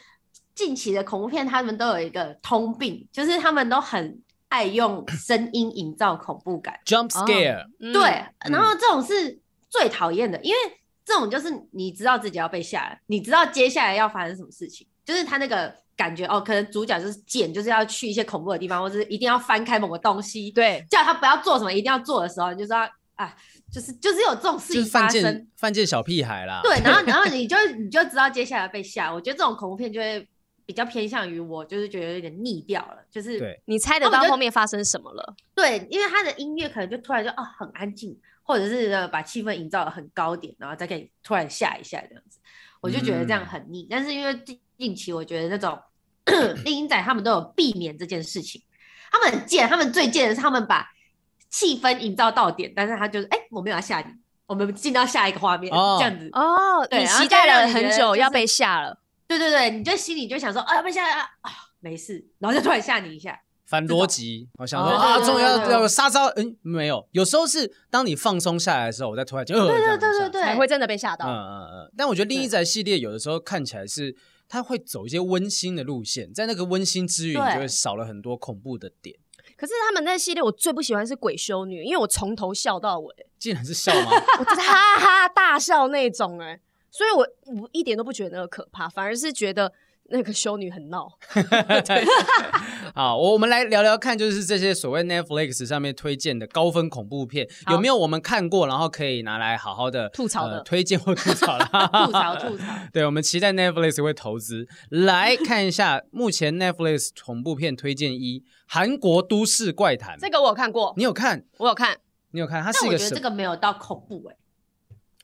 C: 近期的恐怖片他们都有一个通病，就是他们都很爱用声音营造恐怖感，
A: jump scare，、
B: 嗯
C: 对，然后这种是最讨厌的，因为这种就是你知道自己要被吓了，你知道接下来要发生什么事情，就是他那个感觉哦，可能主角就是贱，就是要去一些恐怖的地方，或者是一定要翻开某个东西，
B: 对，
C: 叫他不要做什么，一定要做的时候，你就知道啊，就是就是有这种事
A: 就是
C: 情
A: 犯
C: 发生
A: 贱。犯贱小屁孩啦。
C: 对，然后然后你就你就知道接下来被吓。我觉得这种恐怖片就会比较偏向于我，就是觉得有点腻掉了，就是
A: 对
B: 你猜哦得
C: 那我
B: 到
C: 就
B: 后面发生什么了？
C: 对，因为他的音乐可能就突然就哦很安静，或者是呃把气氛营造的很高点，然后再给你突然吓一下这样子，我就觉得这样
A: 嗯
C: 很腻。但是因为近近期我觉得那种 丽英仔他们都有避免这件事情，他们很贱，他们最贱的是他们把气氛营造到点，但是他就是哎、我没有要吓你，我们进到下一个画面、
A: 哦
C: 这样子。
B: 哦，
C: 对
B: 你
C: 然后
B: 期
C: 再
B: 待
C: 让
B: 了
C: 你
B: 很
C: 觉得
B: 久，
C: 就
B: 要
C: 是
B: 被吓了。
C: 对对对，你就心里就想说啊要不要吓啊啊没事，然后就突然吓你一下。
A: 反逻辑，我想说
C: 哦
A: 啊，
C: 对对对
A: 终于
C: 对
A: 要
C: 对
A: 要有杀招，嗯，没有，有时候是当你放松下来的时 候，我再突然就，呃对
C: 对对对对，对，
B: 才会真的被吓
A: 嗯
B: 到。
A: 嗯嗯。但我觉得另一宅系列有的时候看起来是它会走一些温馨的路线，在那个温馨之余，你
C: 对。
A: 就会少了很多恐怖的点。
B: 可是他们那系列我最不喜欢是鬼修女，因为我从头笑到尾，
A: 竟然是笑吗？
B: 我就是哈哈大笑那种哎、所以我我一点都不觉得那个可怕，反而是觉得那个修女很闹。
A: 好，我我们来聊聊看，就是这些所谓 Netflix 上面推荐的高分恐怖片，有没有我们看过，然后可以拿来好好的
B: 吐槽的
A: 呃推荐或吐槽啦
C: 吐槽吐槽。
A: 对，我们期待 Netflix 会投资。来 看一下目前 Netflix 恐怖片推荐一，《韩国都市怪谈》。
B: 这个我有看过，
A: 你有看？
B: 我有看，
A: 你有看？它是
C: 但
A: 一
C: 我
A: 个
C: 觉
A: 什
C: 得这个没有到恐怖哎、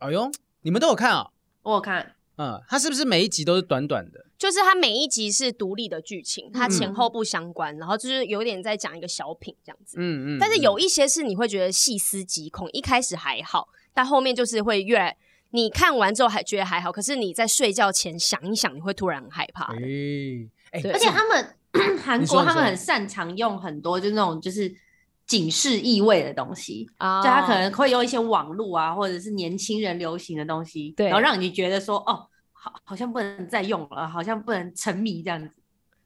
A: 哎呦，你们都有看啊、
C: 我有看，
A: 嗯，它是不是每一集都是短短的？
B: 就是它每一集是独立的剧情，它前
C: 嗯
B: 后不相关，然后就是有点在讲一个小品这样子。
A: 嗯嗯。
B: 但是
A: 嗯
B: 有一些是你会觉得细思极恐，一开始还好，但后面就是会越来。你看完之后还觉得还好，可是你在睡觉前想一想，你会突然很害怕。
A: 诶哎、
B: 对
C: 而且他们 韩
A: 你说
C: 国
A: 你
C: 他们
A: 说
C: 很擅长用很多就那种就是警示意味的东西，
B: 啊
C: 就他可能会用一些网络啊，或者是年轻人流行的东西，
B: 对
C: 然后让你觉得说哦，好好像不能再用了，好像不能沉迷这样子，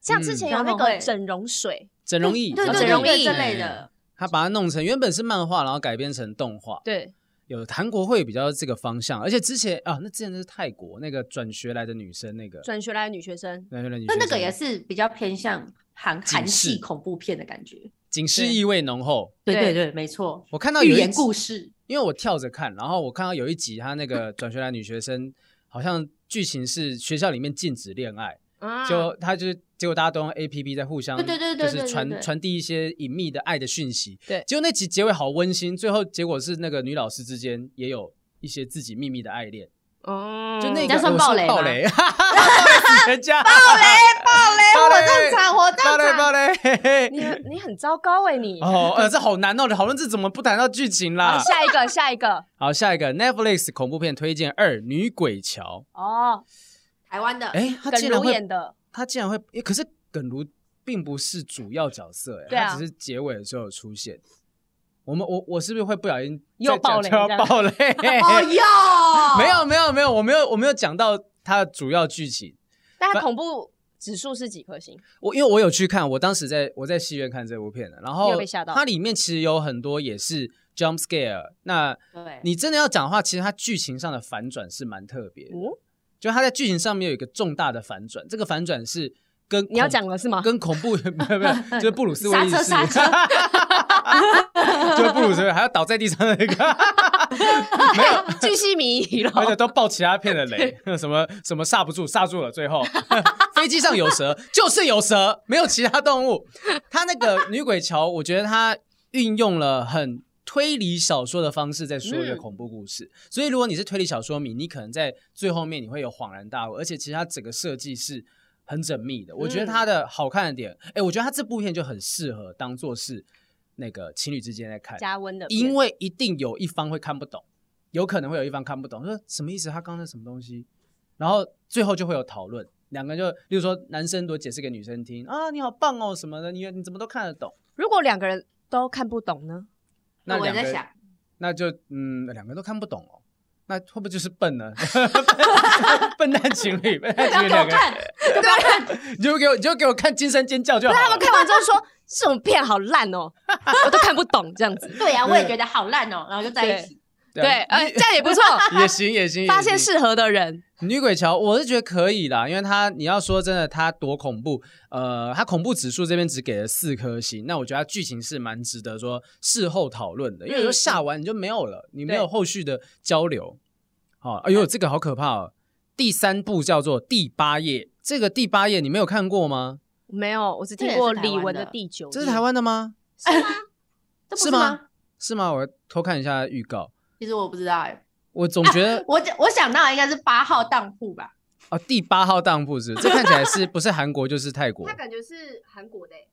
B: 像之前有那
C: 嗯然后
B: 个
C: 会
B: 整容水，
A: 整容易，
C: 对对
B: 整
C: 对
B: 容
C: 对
B: 液
C: 这类的，
A: 他把它弄成原本是漫画，然后改编成动画。
B: 对，
A: 有韩国会比较这个方向，而且之前啊，那之前那是泰国那个转学来的女生，那个
B: 转学来的女学生，
A: 转学来的女
C: 那
A: 生，
C: 那个也是比较偏向韩
A: 警
C: 韩系
A: 示
C: 恐怖片的感觉。
A: 警示意味浓厚。
C: 对
B: 对
C: 对对，没错，
A: 我看到
C: 寓
A: 有一
C: 言
A: 集
C: 故事，
A: 因为我跳着看，然后我看到有一集，她那个转学来的女学生好像剧情是学校里面禁止恋爱，
B: 啊
A: 就她就是结果大家都用 A P P 在互相
C: 对对对对
A: 就
C: 对
A: 是
C: 对
A: 传
C: 对
A: 传递一些隐秘的爱的讯息。
B: 对
A: 结果那集结尾好温馨，最后结果是那个女老师之间也有一些自己秘密的爱恋，
B: 哦
A: 就那
C: 嗯这
A: 个
C: 样算
A: 我是
C: 暴雷吗
A: 暴 雷，哈哈哈暴雷死人家，暴雷
C: 暴雷
A: 暴雷
C: 场，我
A: 暴雷暴雷 嘿嘿
B: 你很你很糟糕哎、你。
A: 哦，啊呃，这好难哦！讨论这怎么不谈到剧情
B: 好
C: 啊
A: 啦？
B: 下一个，下一个
A: 好，下一个 Netflix 恐怖片推荐二《女鬼桥
B: 哦，
C: 台湾的》。
A: 哎，他
B: 耿
A: 竟然
B: 如
A: 会
B: 演，的，
A: 他竟然会，诶可是耿如并不是主要角色，
B: 对
A: 哎，
B: 啊
A: 他只是结尾的时候有出现。我们我我是不是会不小心
B: 又
A: 再讲
B: 爆雷
A: 就要
B: 这样
A: 爆雷？
C: 哦哟，
A: 没有没有没有，我没有我没有讲到它的主要剧情。
B: 但它恐怖指数是几颗星？
A: 我因为我有去看，我当时在我在戏院看这部片的，然
B: 你
A: 后
B: 有被吓到
A: 它里面其实有很多也是 jump scare。那
C: 对
A: 你真的要讲的话，其实它剧情上的反转是蛮特别的，
B: 嗯，
A: 就它在剧情上面有一个重大的反转，这个反转是跟
B: 你要
A: 恐
B: 讲了是吗？
A: 跟恐怖 没有没有，就是布鲁斯威利斯，
C: 刹车刹
A: 就是布鲁斯威利还要倒在地上的那个，
B: 没有，巨细靡遗了。
A: 而且都爆其他片的雷，什么什么刹不住，刹住了，最后飞机上有蛇，就是有蛇，没有其他动物。他那个女鬼桥，我觉得他运用了很推理小说的方式在说一个
B: 嗯
A: 恐怖故事，所以如果你是推理小说迷，你可能在最后面你会有恍然大悟，而且其实它整个设计是。很缜密的，我觉得它的好看的点，哎、我觉得它这部片就很适合当做是那个情侣之间在看，
B: 加温的片，
A: 因为一定有一方会看不懂，有可能会有一方看不懂，说什么意思？他刚才什么东西？然后最后就会有讨论，两个人就，例如说男生多解释给女生听啊，你好棒哦什么的，你你怎么都看得懂？
B: 如果两个人都看不懂呢？
A: 那
B: 哦
C: 我
A: 两个
C: 在想，
A: 那就嗯，两个都看不懂哦，那会不会就是笨呢？ 笨蛋情侣， 笨蛋
C: 不要
A: 情侣两
C: 给我
A: 个，啊
C: 看，不要看，
A: 你就给我你就给我看惊声尖叫就好
B: 他
A: 了。
B: 们看完之后说这种片好烂 哦，我都看不懂这样子。
C: 对啊呀，我也觉得好烂哦，然后就在一起。
B: 对，哎，这样也不 错，
A: 啊也行也行，也
B: 发现
A: 行
B: 适合的人。
A: 女鬼桥，我是觉得可以啦，因为它你要说真的，它多恐怖，呃，它恐怖指数这边只给了四颗星，那我觉得它剧情是蛮值得说事后讨论的，因为有时候下完你就没有了，你没有后续的哦交流。好、哎呦，这个好可怕哦！第三部叫做《第八夜》，这个第八页你没有看过吗？
B: 没有，我只听
C: 这也
B: 过
C: 是台湾
B: 李玟的
C: 的
B: 第九页，
A: 这是台湾的吗？
B: 嗯
C: 这不
A: 是吗
C: 吗？
A: 是吗？我偷看一下预告，
C: 其实我不知道哎、
A: 我总觉 得
C: 我我想到的应该是八号当铺吧，
A: 哦，第八号当铺是不是这看起来是不是韩国就是泰国
B: 他？感觉是韩国的欸，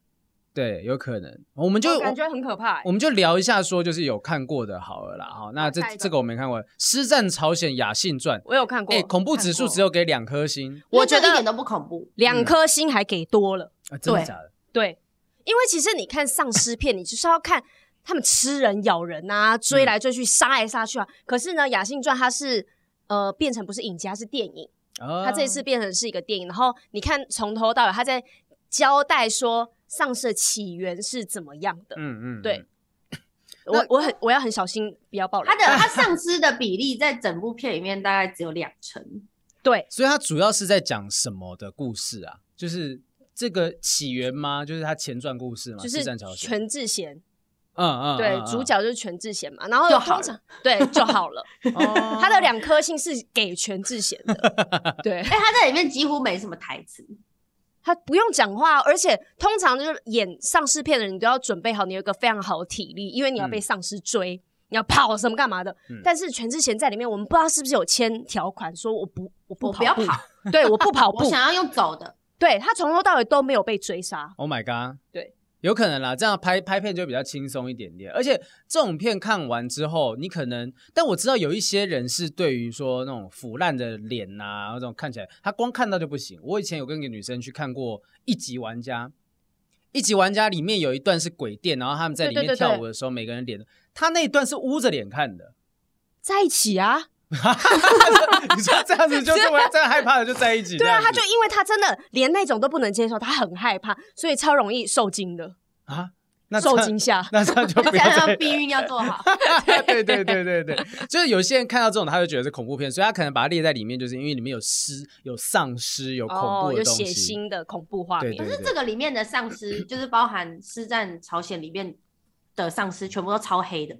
A: 对，有可能。我们就
B: 我感觉很可怕欸
A: 我们就聊一下说就是有看过的好了啦。哈，那这
B: 下一个
A: 这个我没看过，《师战朝鲜雅信传》
B: 我有看过
A: 哎，，恐怖指数只有给两颗星
B: 我
C: 因为这
B: 觉得
C: 一点都不恐怖。
B: 两颗星还给多了。
A: 啊，真的
C: 对
A: 假的？
B: 对，因为其实你看丧尸片，你就是要看他们吃人、咬人啊，追来追去、杀来杀去啊。可是呢，《雅信传》它是呃变成不是影集，它是电影，
A: 啊
C: 嗯
B: 它这一次变成是一个电影。然后你看从头到尾，它在交代说丧尸的起源是怎么样的。
A: 嗯嗯，
B: 对我我很我要很小心，不要暴雷
C: 它。的 它丧尸的比例在整部片里面大概只有两成，
B: 对，
A: 所以它主要是在讲什么的故事啊？就是这个起源吗？就是它前传故
C: 啊
A: 事吗？
B: 就
A: 四
B: 是
A: 战朝鲜，
B: 全智贤，
A: 嗯嗯，
B: 对
A: 嗯，
B: 主，角就是全智贤嘛。然后
C: 就好哦
B: 通常对就好了，
A: 他
B: 他的两颗星是给全智贤的， 对。
C: 哎、它在里面几乎没什么台词，
B: 他不用讲话，哦而且通常就是演丧尸片的人，你都要准备好你有一个非常好的体力，因为你要被丧尸追，你要跑什么干嘛的。
A: 嗯
B: 但是全智贤在里面，我们不知道是不是有签条款，说我不我不
C: 我
B: 跑
C: 不要
B: 步
C: 跑，
B: 对，我不 跑
C: 我
B: 步，
C: 想要用走的。
B: 对他从头到尾都没有被追杀。
A: ，Oh my god，
B: 对，
A: 有可能啦，这样拍拍片就比较轻松一点点。而且这种片看完之后，你可能，但我知道有一些人是对于说那种腐烂的脸呐、那种看起来他光看到就不行。我以前有跟一个女生去看过《一级玩家》。一级玩家里面有一段是鬼店，然后他们在里
B: 对
A: 面
B: 对对对
A: 跳舞的时候，每个人脸，他那一段是捂着脸看的，
B: 在一起啊，
A: 你说这样子 就是我这样害怕的就在一起。
B: 对啊，
A: 这样
B: 他
A: 子
B: 就因为他真的连那种都不能接受，他很害怕，所以超容易受惊的，
A: 啊，那
B: 受
A: 这样。
B: 惊吓
A: 那这样就 不要
C: 加
A: 再
C: 上避孕要做好，
A: 对对对对对，就是有些人看到这种，他就觉得是恐怖片，所以他可能把它列在里面，就是因为里面有尸、有丧尸、有恐
B: 哦，
A: 怖
B: 有
A: 的东
B: 血
A: 西。
B: 腥的恐怖画
A: 对
B: 面，
A: 对
C: 可
A: 对
C: 是这个里面的丧 尸，就是包含《师战朝鲜》里面的丧尸，全部都超黑的，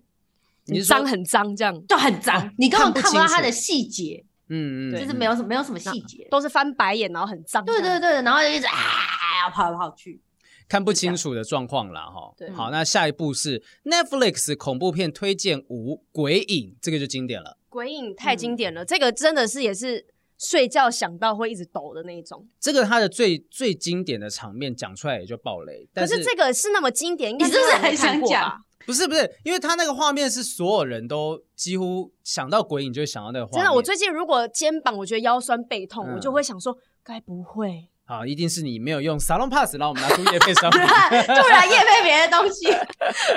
A: 你是说
B: 脏很脏，这样
C: 就很脏，你根本
A: 哦看不
C: 看不到
A: 清楚
C: 它的细节，
A: 嗯嗯，
C: 就是
A: 嗯
C: 没有什么没有什么细节。
B: 都是翻白眼，然后很脏。
C: 对对对，然后就一直啊跑来跑去。
A: 看不清楚的状况啦哈
B: 对。
A: 好，那下一步是 Netflix 恐怖片推荐五《鬼影》，这个就经典了。
B: 鬼影太
C: 嗯
B: 经典了，这个真的是也是睡觉想到会一直抖的那一种。
A: 这个它的最最经典的场面讲出来也就爆雷，但
B: 可是这个是那么经典，应该
C: 你是不是
B: 有人看过
C: 很想
B: 吧？
A: 不是不是，因为它那个画面是所有人都几乎想到鬼影就会想到那个画面。
B: 真的，我最近如果肩膀我觉得腰酸背痛，
A: 嗯
B: 我就会想说，该不会
A: 好，一定是你没有用 Salon Pass 让我们拿出夜配商品。
C: 啊突然夜配别的东 西，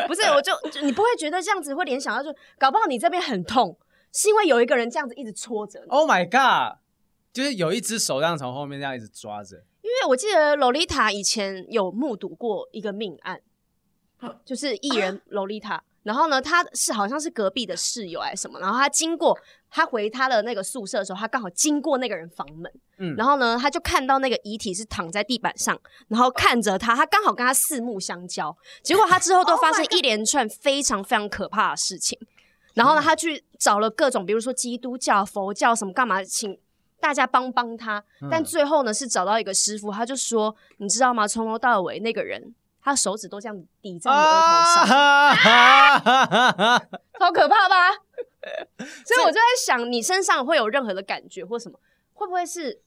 B: 不是？我就就你不会觉得这样子会联想到就，搞不好你这边很痛，是因为有一个人这样子一直戳着你。
A: Oh my god！就是有一只手这样从后面这样一直抓着，
B: 因为我记得洛丽塔以前有目睹过一个命案，就是艺人洛丽塔。然后呢，她是好像是隔壁的室友还是什么，然后她经过，她回她的那个宿舍的时候，她刚好经过那个人房门，
A: 嗯，
B: 然后呢，她就看到那个遗体是躺在地板上，然后看着她，她刚好跟她四目相交，结果她之后都发生一连串非常非常可怕的事情。然后呢，她去找了各种，比如说基督教、佛教什么干嘛，请大家帮帮她。
A: 后
B: 但最后呢，是找到一个师傅，他就说，你知道吗？从头到尾那个人，他手指都这样抵在你额头上，
A: 啊上，
B: 好可怕吧？所以我就在想，你身上会有任何的感觉或什么，会不会是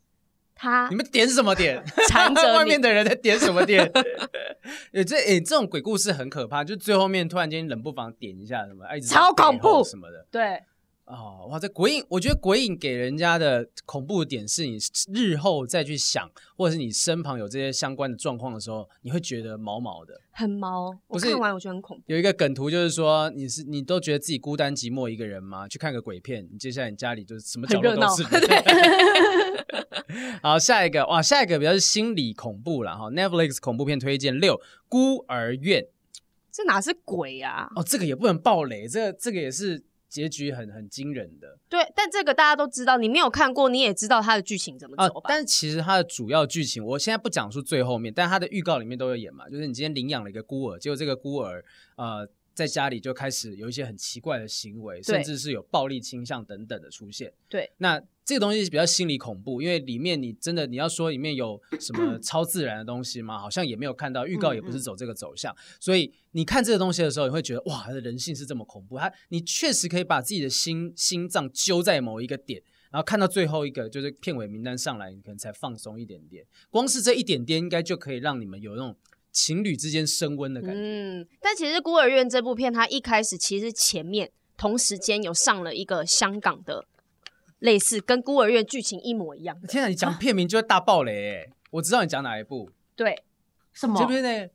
B: 他
A: 你们点什么点？
B: 缠着
A: 外
B: 你
A: 面？的人在点什么点？ 诶，这诶，这种鬼故事很可怕，就最后面突然间冷不防点一下什么，哎一直在
B: 超恐怖
A: 背后什么的。
B: 对，
A: 哦，哇，这鬼影，我觉得鬼影给人家的恐怖点是你日后再去想，或者是你身旁有这些相关的状况的时候，你会觉得毛毛的。
B: 很毛。
A: 不
B: 我
A: 是
B: 看完我觉得很恐怖。
A: 有一个梗图，就是说你是你都觉得自己孤单寂寞一个人吗？去看个鬼片，你接下来你家里就是什么角落都是
B: 很热闹
A: 人。 好，下一个哇，下一个比较是心理恐怖了哈。Netflix 恐怖片推荐六《孤儿院》
B: 这哪是鬼啊？
A: 哦，这个也不能爆雷，这个这个也是结局很很惊人的
B: 对，但这个大家都知道，你没有看过，你也知道它的剧情怎么
A: 啊
B: 走。吧？
A: 但其实它的主要剧情，我现在不讲述最后面，但它的预告里面都有演嘛，就是你今天领养了一个孤儿，结果这个孤儿呃在家里就开始有一些很奇怪的行为，
B: 对
A: 甚至是有暴力倾向等等的出现。
B: 对，
A: 那这个东西是比较心理恐怖，因为里面你真的你要说里面有什 么超自然的东西吗？好像也没有看到，预
B: 嗯
A: 告也不是走这个走向，所以你看这个东西的时候，你会觉得哇，他的人性是这么恐怖，他你确实可以把自己的心心脏揪在某一个点。然后看到最后一个就是片尾名单上来，你可能才放松一点点。光是这一点点，应该就可以让你们有那种情侣之间升温的感觉。
B: 嗯，但其实《孤儿院》这部片，它一开始其实前面同时间有上了一个香港的类似跟《孤儿院》剧情一模一样的，
A: 天啊，你讲片名就会大爆雷哎、我知道你讲哪一部，
B: 对，
C: 什么啊
A: 这？边呢？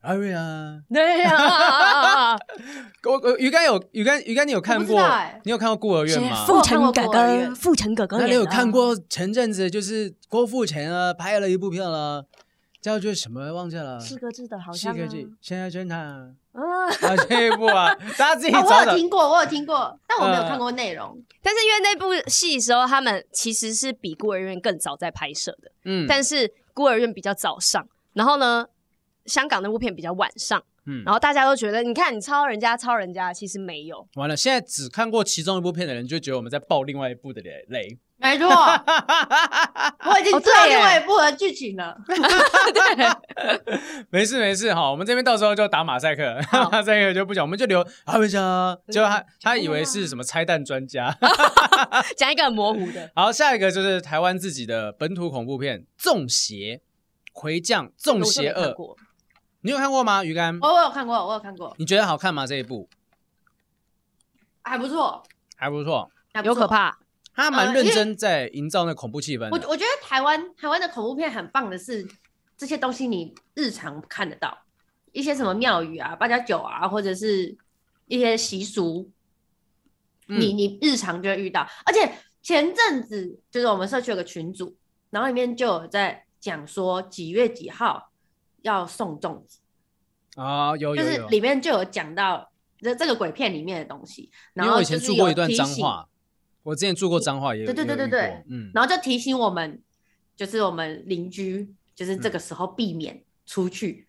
A: 艾瑞啊，
B: 对啊啊啊啊 啊
A: 我我鱼竿有鱼竿鱼竿，你有看过
C: 我不知道欸？
A: 你有看过《孤儿院》吗？
C: 啊
B: 傅成哥
C: 我看过孤儿
B: 哥，
C: 院
B: 傅成哥哥
A: 那
B: 演的，啊
A: 你有看过前阵子就是郭富城啊拍了一部片了，叫做什么忘记了？
B: 是个字的好
A: 是
B: 像
A: 个
B: 啊
A: 剧，现在侦探啊，
B: 嗯，
A: 啊这一部啊，大家自己
C: 哦，我
A: 找
C: 有
A: 找。
C: 听过，我有听过，但我没有
A: 呃
B: 嗯
C: 看过内容。
B: 但是因为那部戏的时候，他们其实是比孤儿院更早在拍摄的，
A: 嗯，
B: 但是孤儿院比较早上，然后呢，香港那部片比较晚上，
A: 嗯
B: 然，后大家都觉得，你看你抄人家，抄人家，其实没 有，
A: 完了，现在只看过其中一部片的人就觉得我们在爆另外一部的雷雷。
C: 没错，我已经
B: 哦
C: 知道
B: 对耶
C: 另外一部的剧情了。
A: 没事没事，好，我们这边到时候就打马赛克，
B: 好
A: 马赛克就不讲，我们就留阿文香，结果他他以为是什么拆弹专家。
B: 讲一个很模糊的，
A: 好，下一个就是台湾自己的本土恐怖片《粽邪》，魁将《
B: 我
A: 粽
B: 就没
A: 邪二
B: 看》，过。
A: 你有看过吗？鱼竿，
C: 哦，我有看过，我有看过，
A: 你觉得好看吗？这一部
C: 还不错，
A: 还不错，
C: 还不
B: 有
C: 错
B: 可。怕，
A: 他蛮
C: 呃
A: 认
C: 因为
A: 真在营造那恐怖气氛
C: 我
A: 的。
C: 我觉得台湾台湾的恐怖片很棒的是，这些东西你日常看得到，一些
A: 嗯
C: 什么庙宇啊、八加九啊，或者是一些习俗，你
A: 嗯
C: 你日常就会遇到。而且前阵子就是我们社区有个群组，然后里面就有在讲说几月几号要送粽子，
A: 啊，有
C: 就
A: 有
C: 是
A: 有，
C: 里面就有讲到这这个鬼片里面的东西，
A: 因
C: 然
A: 为
C: 后
A: 我以
C: 就
A: 前
C: 是
A: 住过
C: 有
A: 一段
C: 提
A: 脏
C: 醒
A: 话，我之前住过脏话也有，
C: 对对
A: 也有
C: 对
A: 遇
C: 对
A: 过
C: 对
A: 嗯，
C: 然后就提醒我们，就是我们邻居，就是这个时候避免出去，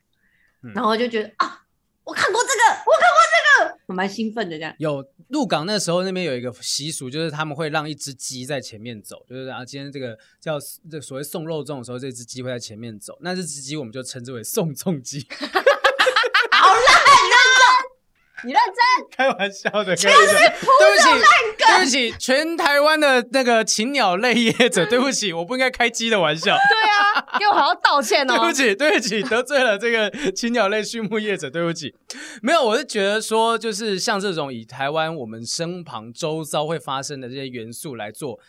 A: 嗯
C: 然后就觉得啊，我看过这个，我看过这个，我蛮兴奋的这样。
A: 有鹿港那时候那边有一个习俗，就是他们会让一只鸡在前面走，就是啊，今天这个叫这所谓送肉粽的时候，这只鸡会在前面走，那这只鸡我们就称之为送粽鸡，
B: 你认真？
A: 开玩笑的，开玩笑的，对不起，对不起，全台湾的那个禽鸟类业者，对不起，我不应该开鸡的玩笑，
B: 对啊，给我好好道 歉
A: 对
B: 哦
A: 不。起，对不起，得罪了这个青鸟类畜牧业者，对不起。没有，我是觉得说，就是像这种以台湾我们身旁周遭会发生的这些元素来做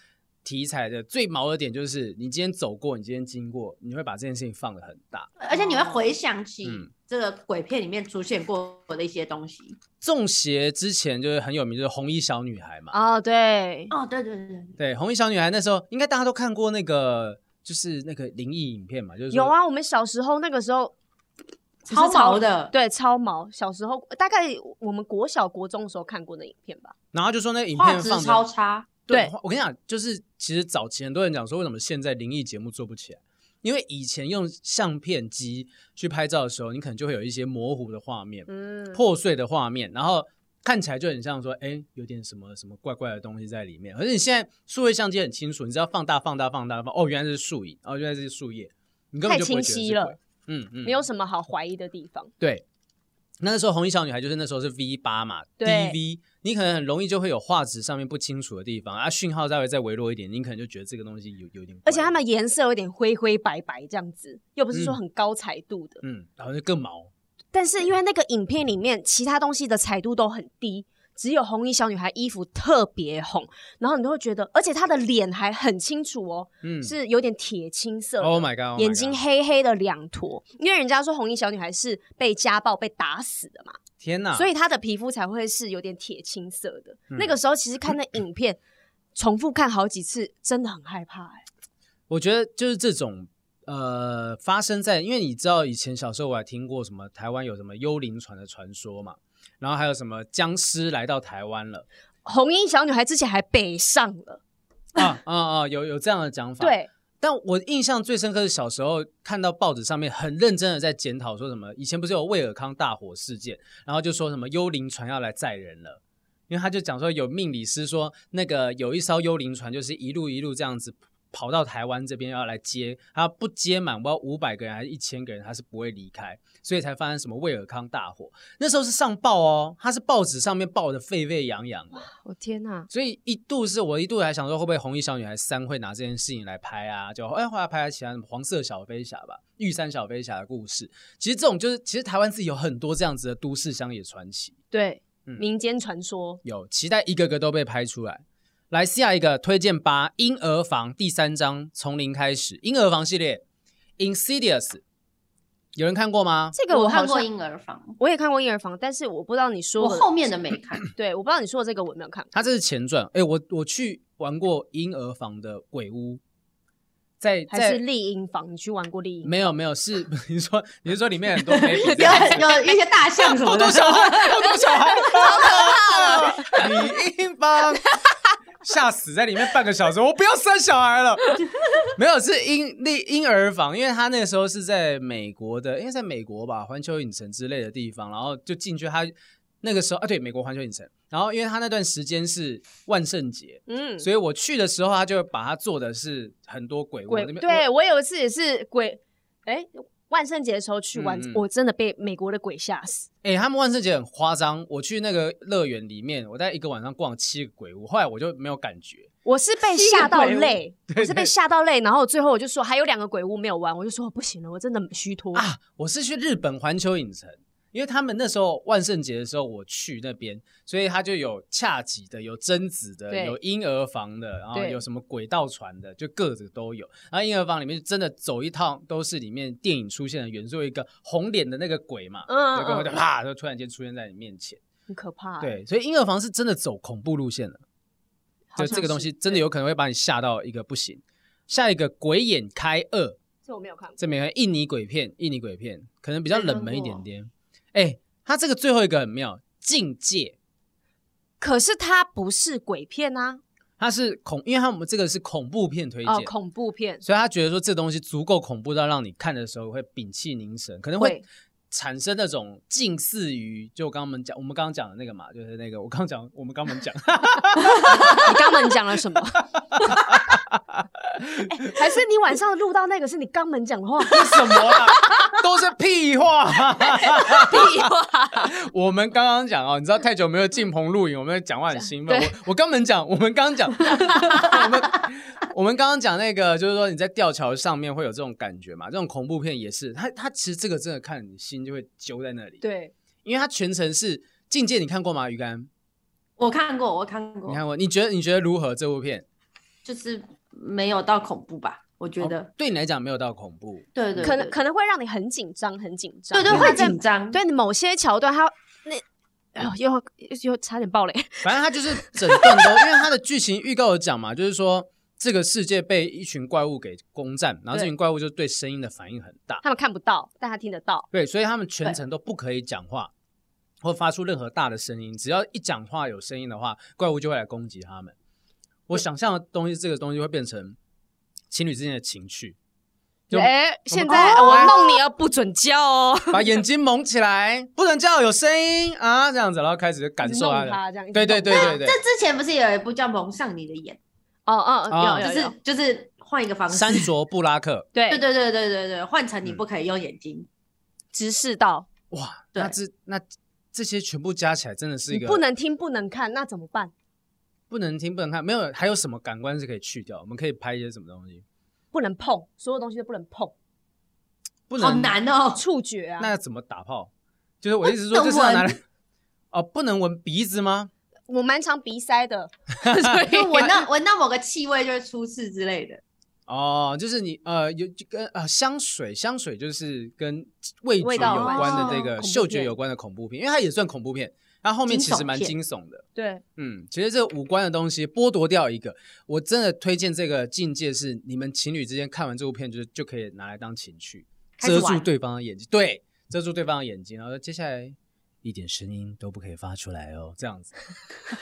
A: 题材的，最毛的点就是，你今天走过，你今天经过，你会把这件事情放得很大。
C: 而且你会回想起
A: 嗯
C: 这个鬼片里面出现过的一些东西。
A: 中邪之前就是很有名，就是红衣小女孩嘛。
B: 哦，对，
C: 哦，对对对对，
A: 对，红衣小女孩那时候应该大家都看过那个，就是那个灵异影片嘛，就是说
B: 有，啊，我们小时候那个时候
C: 超毛，的，
B: 对，超毛。小时候大概我们国小国中的时候看过的影片吧。
A: 然后就说那个影
C: 画
A: 片
C: 质
A: 放得
C: 超差。
A: 对
B: 对，
A: 我跟你讲，就是其实早期很多人讲说，为什么现在灵异节目做不起来？因为以前用相片机去拍照的时候，你可能就会有一些模糊的画面、
B: 嗯，
A: 破碎的画面，然后看起来就很像说，哎，有点什么什么怪怪的东西在里面。而且你现在数位相机很清楚，你只要放大、放大、放大，放哦，原来是树影，哦，原来是树叶，你根本就不会觉得
B: 太清
A: 是
B: 晰
A: 鬼
B: 了。
A: 嗯嗯，
B: 没有什么好怀疑的地方。
A: 对，那时候红衣小女孩就是那时候是 V 八嘛
B: 对
A: ，DV，你可能很容易就会有画质上面不清楚的地方啊，讯号稍微再微弱一点，你可能就觉得这个东西有有点怪，
B: 而且它们颜色有点灰灰白白这样子，又不是说
A: 嗯
B: 很高彩度的。
A: 嗯，然后就更毛，
B: 但是因为那个影片里面其他东西的彩度都很低，只有红衣小女孩衣服特别红，然后你都会觉得，而且她的脸还很清楚哦，
A: 嗯，
B: 是有点铁青色的
A: Oh my god，Oh my god
B: 眼睛黑黑的两坨，因为人家说红衣小女孩是被家暴被打死的嘛，
A: 天哪，
B: 所以她的皮肤才会是有点铁青色的。
A: 啊嗯
B: 那个时候其实看那影片，重复看好几次，真的很害怕、欸。
A: 我觉得就是这种呃，发生在因为你知道以前小时候我还听过什么台湾有什么幽灵船的传说嘛，然后还有什么僵尸来到台湾了
B: 红衣小女孩之前还北上了，
A: 啊啊啊，有有这样的讲法，
B: 对，
A: 但我印象最深刻是小时候看到报纸上面很认真的在检讨，说什么以前不是有卫尔康大火事件，然后就说什么幽灵船要来载人了。因为他就讲说，有命理师说，那个有一艘幽灵船，就是一路一路这样子跑到台湾这边要来接，他不接满，不知道五百个人还是一千个人，他是不会离开，所以才发生什么卫尔康大火。那时候是上报哦，他是报纸上面报的沸沸扬扬的，
B: 我天哪！
A: 所以一度是我一度还想说，会不会红衣小女孩三会拿这件事情来拍啊？就哎，后来拍了起来什么黄色小飞侠吧，玉山小飞侠的故事。其实这种就是，其实台湾自己有很多这样子的都市乡野传奇。嗯
B: 对，民间传说，
A: 有期待一个个都被拍出来。来下一个推荐吧，《婴儿房》第三章从零开始，《婴儿房》系列，《Insidious》，有人看过吗？
B: 这个我好
C: 看过
B: 像
C: 婴儿房，
B: 我也看过婴儿房，但是我不知道你说
C: 我
B: 的
C: 后面的没看。
B: 对，我不知道你说的这个我有没有看过。
A: 它这是前传。哎、我我去玩过《婴儿房》的鬼屋，在
B: 还
A: 在
B: 是丽婴房，你去玩过丽婴？
A: 没有没有是 你说你是说里面很多 baby
C: 有 有一些大象什么
A: 好
C: 的
A: 多，小孩，好多小孩，好可怕了！ 你英邦吓死，在里面半个小时，我不要生小孩了。 没有，是婴那婴儿房，因为他那个时候是在美国的，应该在美国吧，环球影城之类的地方，然后就进去他。那个时候啊，对，美国环球影城。然后，因为他那段时间是万圣节，
B: 嗯，
A: 所以我去的时候，他就把它做的是很多鬼屋
B: 鬼
A: 那边。
B: 对我有一次也是鬼，哎、万圣节的时候去玩，
A: 嗯嗯
B: 我真的被美国的鬼吓死。
A: 哎、他们万圣节很夸张。我去那个乐园里面，我在一个晚上逛七个鬼屋，后来我就没有感觉。
B: 我是被
C: 七个
B: 吓到
C: 鬼屋
B: 累，我是
A: 对
B: 被吓到累，然后最后我就说还有两个鬼屋没有玩，我就说不行了，我真的虚脱。
A: 啊，我是去日本环球影城，因为他们那时候万圣节的时候我去那边，所以他就有恰吉的，有贞子的，
B: 对
A: 有婴儿房的，然后
B: 对
A: 有什么轨道船的，就各种都有。然后婴儿房里面就真的走一趟都是里面电影出现的元素，一个红脸的那个鬼嘛，
B: 嗯
A: 那
B: 嗯
A: 个就
B: 嗯啊
A: 啪就突然间出现在你面前。
B: 很可怕、，
A: 对，所以婴儿房是真的走恐怖路线的。
B: 好
A: 就
B: 像
A: 这个东西
B: 是
A: 真的有可能会把你吓到一个不行。下一个《鬼眼开二》，
B: 这我没有看过。
A: 这美印尼鬼片，印尼鬼片可能比较冷门一
B: 哦
A: 点点。哎、它这个最后一个很妙，《境界》，
B: 可是它不是鬼片啊，
A: 它是恐，因为他们这个是恐怖片推荐，
B: 哦，恐怖片，
A: 所以他觉得说这东西足够恐怖到让你看的时候会屏气凝神，可能
B: 会
A: 会产生那种近似于就刚刚我们讲，我们刚刚讲的那个嘛，就是那个我刚刚讲，我们刚刚 讲，
B: 你肛门讲了什 么？哎还是你晚上录到那个是你肛门讲 的话？
A: 什么啦？都是屁话。
B: 屁话！
A: 我们刚刚讲哦，你知道太久没有进棚录影，我们讲话很兴奋。
B: 对
A: 我我刚们讲，我们刚刚讲， 我们我们刚刚讲那个，就是说你在吊桥上面会有这种感觉嘛？这种恐怖片也是，它它其实这个真的看你心就会揪在那里。，
B: 对，
A: 因为它全程是境界，你看过吗？鱼竿，
C: 我看过，我看过
A: 你，看过？你觉得你觉得如何？这部片
C: 就是没有到恐怖吧？我觉得，
A: 哦对你来讲没有到恐怖，
C: 哦对对，
B: 可能可
C: 能
B: 能会让你很紧张，很紧张。
C: 对对
B: 因为
C: 会
B: 它在
C: 紧张，
B: 对某些桥段，它那。哎呦，又又又差点爆雷！
A: 反正它就是整段都，因为它的剧情预告有讲嘛，就是说。这个世界被一群怪物给攻占，然后这群怪物就对声音的反应很大，
B: 他们看不到，但他听得到。
A: 对，所以他们全程都不可以讲话或发出任何大的声音，只要一讲话有声音的话，怪物就会来攻击他们。我想象的东西，这个东西会变成情侣之间的情趣，就
B: 哎、现在我弄你哦，不准 叫哦，
A: 把眼睛蒙起来，不能叫有声音啊，这样子，然后开始感受
B: 他
A: 的。
B: 这样。
A: 啊对对对对对
C: 这，之前不是有一部叫《蒙上你的眼
B: 哦哦，
A: 啊
B: 有》，有
C: 就
B: 有，
C: 是就是换一个方式，
A: 山卓布拉克，
B: 对
C: 对对对对对对，换成你
A: 嗯
C: 不可以用眼睛，
B: 直视到
A: 哇，
C: 对
A: 那这那这些全部加起来真的是
B: 你
A: 一个
B: 不能听不能看，那怎么办？
A: 不能听不能看，没有还有什么感官是可以去掉？我们可以拍一些什么东西？
B: 不能碰，所有东西都不能碰，
A: 不能
C: 好难哦。
B: 触觉啊，
A: 那怎么打炮？就是我意思是说，
C: 不
A: 就
C: 能
A: 是要拿来
C: 闻
A: 哦，不能闻鼻子吗？
B: 我蛮常鼻塞的，所以
C: 就闻到闻到某个气味就会出事之类的，
A: 哦，就是你呃有就跟呃香水，香水就是跟味觉
B: 味
A: 有
B: 道
A: 关
C: 哦
A: 的这个
B: 恐怖
A: 嗅觉
B: 片
A: 有关的恐怖片，因为它也算恐怖片，它后面其实蛮惊悚的。
B: 对，。
A: 嗯，其实这个五官的东西剥夺掉一个，我真的推荐这个境界是你们情侣之间看完这部片就就可以拿来当情趣，
C: 开始
A: 遮住
C: 玩
A: 对方的眼睛，对，遮住对方的眼睛，然后接下来
F: 一点声音都不可以发出来哦。
A: 这样子。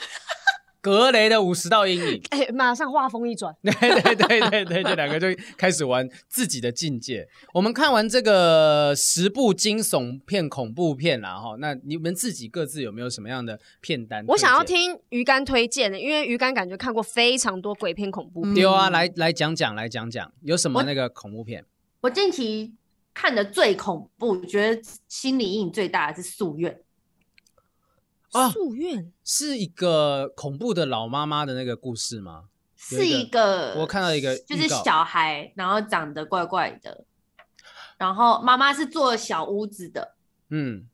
A: 格雷的五十道阴影
B: 哎、马上画风一转，
A: 对对对对对，这两个就开始玩自己的境界。我们看完这个十部惊悚片、恐怖片啦，哈，那你们自己各自有没有什么样的片单？
B: 我想要。听鱼竿推荐的，因为鱼竿感觉看过非常多鬼片、恐怖片。
A: 丢啊，来来讲讲，来讲讲有什么
C: 我
A: 那个恐怖片？
C: 我近期看的最恐怖，觉得心理阴影最大的是《夙愿》。
A: 啊
B: 夙愿
A: 是一个恐怖的老妈妈的那个故事吗？有
C: 是
A: 一
C: 一个，
A: 我看到一个
C: 就是
A: 预告
C: 小孩，然后长得怪怪的，然后妈妈是做小屋子的，
A: 嗯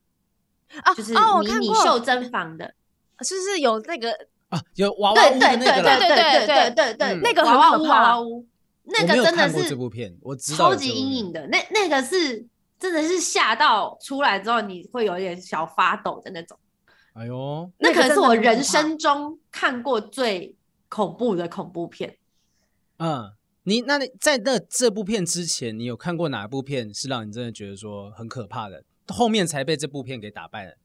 B: 啊，
C: 就是
B: 哦，我
C: 迷
B: 看
C: 你
B: 过，
C: 袖珍房的，
B: 就是有那个
A: 啊，有娃娃
C: 对
A: 屋的那
C: 对对
A: 个啦
C: 对对
B: 对
C: 对对对，
A: 嗯
B: 那个很
C: 娃娃
B: 可
C: 屋
B: 怕
C: 娃娃屋，那
A: 我没
C: 个
A: 有
C: 真的
A: 看过
C: 是
A: 这部片我知道
C: 超
A: 有这
C: 级
A: 部
C: 阴
A: 片
C: 影的，那那个是真的是吓到出来之后你会有点小发抖的那种，
A: 哎呦，
B: 那
C: 那
B: 个
C: 可
B: 真
C: 能是
B: 的
C: 我
B: 很可
C: 人
B: 怕
C: 生中看过最恐怖的恐怖片。
A: 嗯，你那你在那这部片之前，你有看过哪部片是让你真的觉得说很可怕的？后面才被这部片给打败的？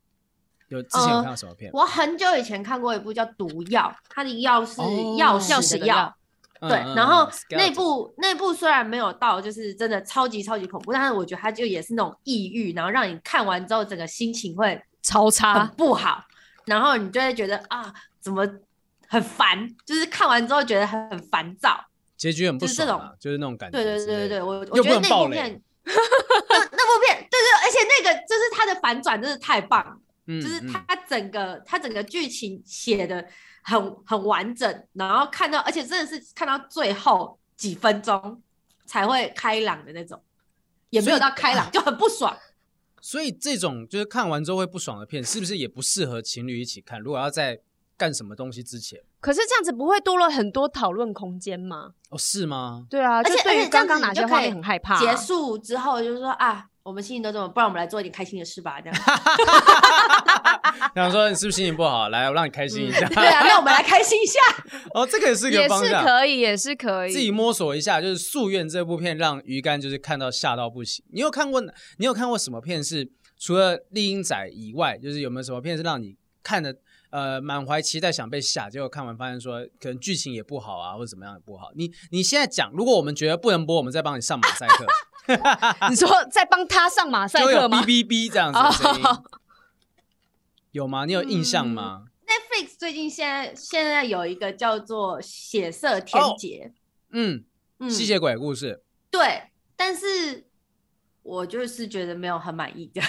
A: 有之前有
C: 呃
A: 看到什么片？
C: 我很久以前看过一部叫《毒药》，它的药是
A: 哦
C: 钥
B: 钥匙
C: 匙
B: 的
C: 的
B: 钥
C: 药，
A: 嗯
C: 对
A: 嗯，
C: 然后
A: 嗯
C: 那
A: Skeleton
C: 部那部虽然没有到就是真的超级超级恐怖，但是我觉得它就也是那种抑郁，然后让你看完之后整个心情会
B: 超
C: 很
A: 啊
B: 差，
C: 不好，然后你就会觉得啊怎么很烦，就是看完之后觉得很很烦躁。
A: 结局很不
C: 就是这
A: 爽啊，就是那种感觉
C: 对
A: 之类
C: 对
A: 的。
C: 对对对，我
A: 又
C: 我
A: 不
C: 觉得
A: 能
C: 那
A: 爆
C: 部
A: 雷
C: 片， 那那部片对对，而且那个就是它的反转真的太棒了。
A: 嗯，
C: 就是
A: 嗯
C: 它整个它整个剧情写的很很完整，然后看到，而且真的是看到最后几分钟才会开朗的那种，也没有到开 朗，就很不爽。
A: 所以这种就是看完之后会不爽的片，是不是也不适合情侣一起看？如果要在干什么东西之前，
B: 可是这样子不会多了很多讨论空间吗？
A: 哦，是吗？
B: 对啊，
C: 而且
B: 就对
C: 而
B: 于
C: 且这
B: 刚
C: 样子
B: 刚哪
C: 你就
B: 些
C: 可
B: 画面
C: 以
B: 很害怕啊、
C: 结束之后就是说啊，我们心情都这么，不然我们来做一点开心的事吧，这样。啊
A: 想说你是不是心情不好？来，我让你开心一 下。
C: 对啊，那我们来开心一下。
A: 哦，这个也是一个
B: 也
A: 方
B: 是
A: 向。
B: 可以，也是可以。
A: 自己摸索一下，就是《夙愿》这部片让鱼竿就是看到吓到不行。你有看过？你有看过什么片是除了《丽英仔》以外，就是有没有什么片是让你看的呃满怀期待想被吓，结果看完发现说可能剧情也不好啊，或者怎么样也不好？你你现在讲，如果我们觉得不能播，我们再帮你上马赛克，
B: 你说在帮他上马 赛
A: 啊就会有
B: 克
A: 哔
B: 吗？哦
A: 哔哔这样子的声音，有吗？你有印象吗？
C: Netflix 最近现在现在有一个叫做《血色天
A: 哦
C: 劫》，
A: 嗯，
C: 嗯，
A: 吸血鬼故事，
C: 对，但是我就是觉得没有很满 意的。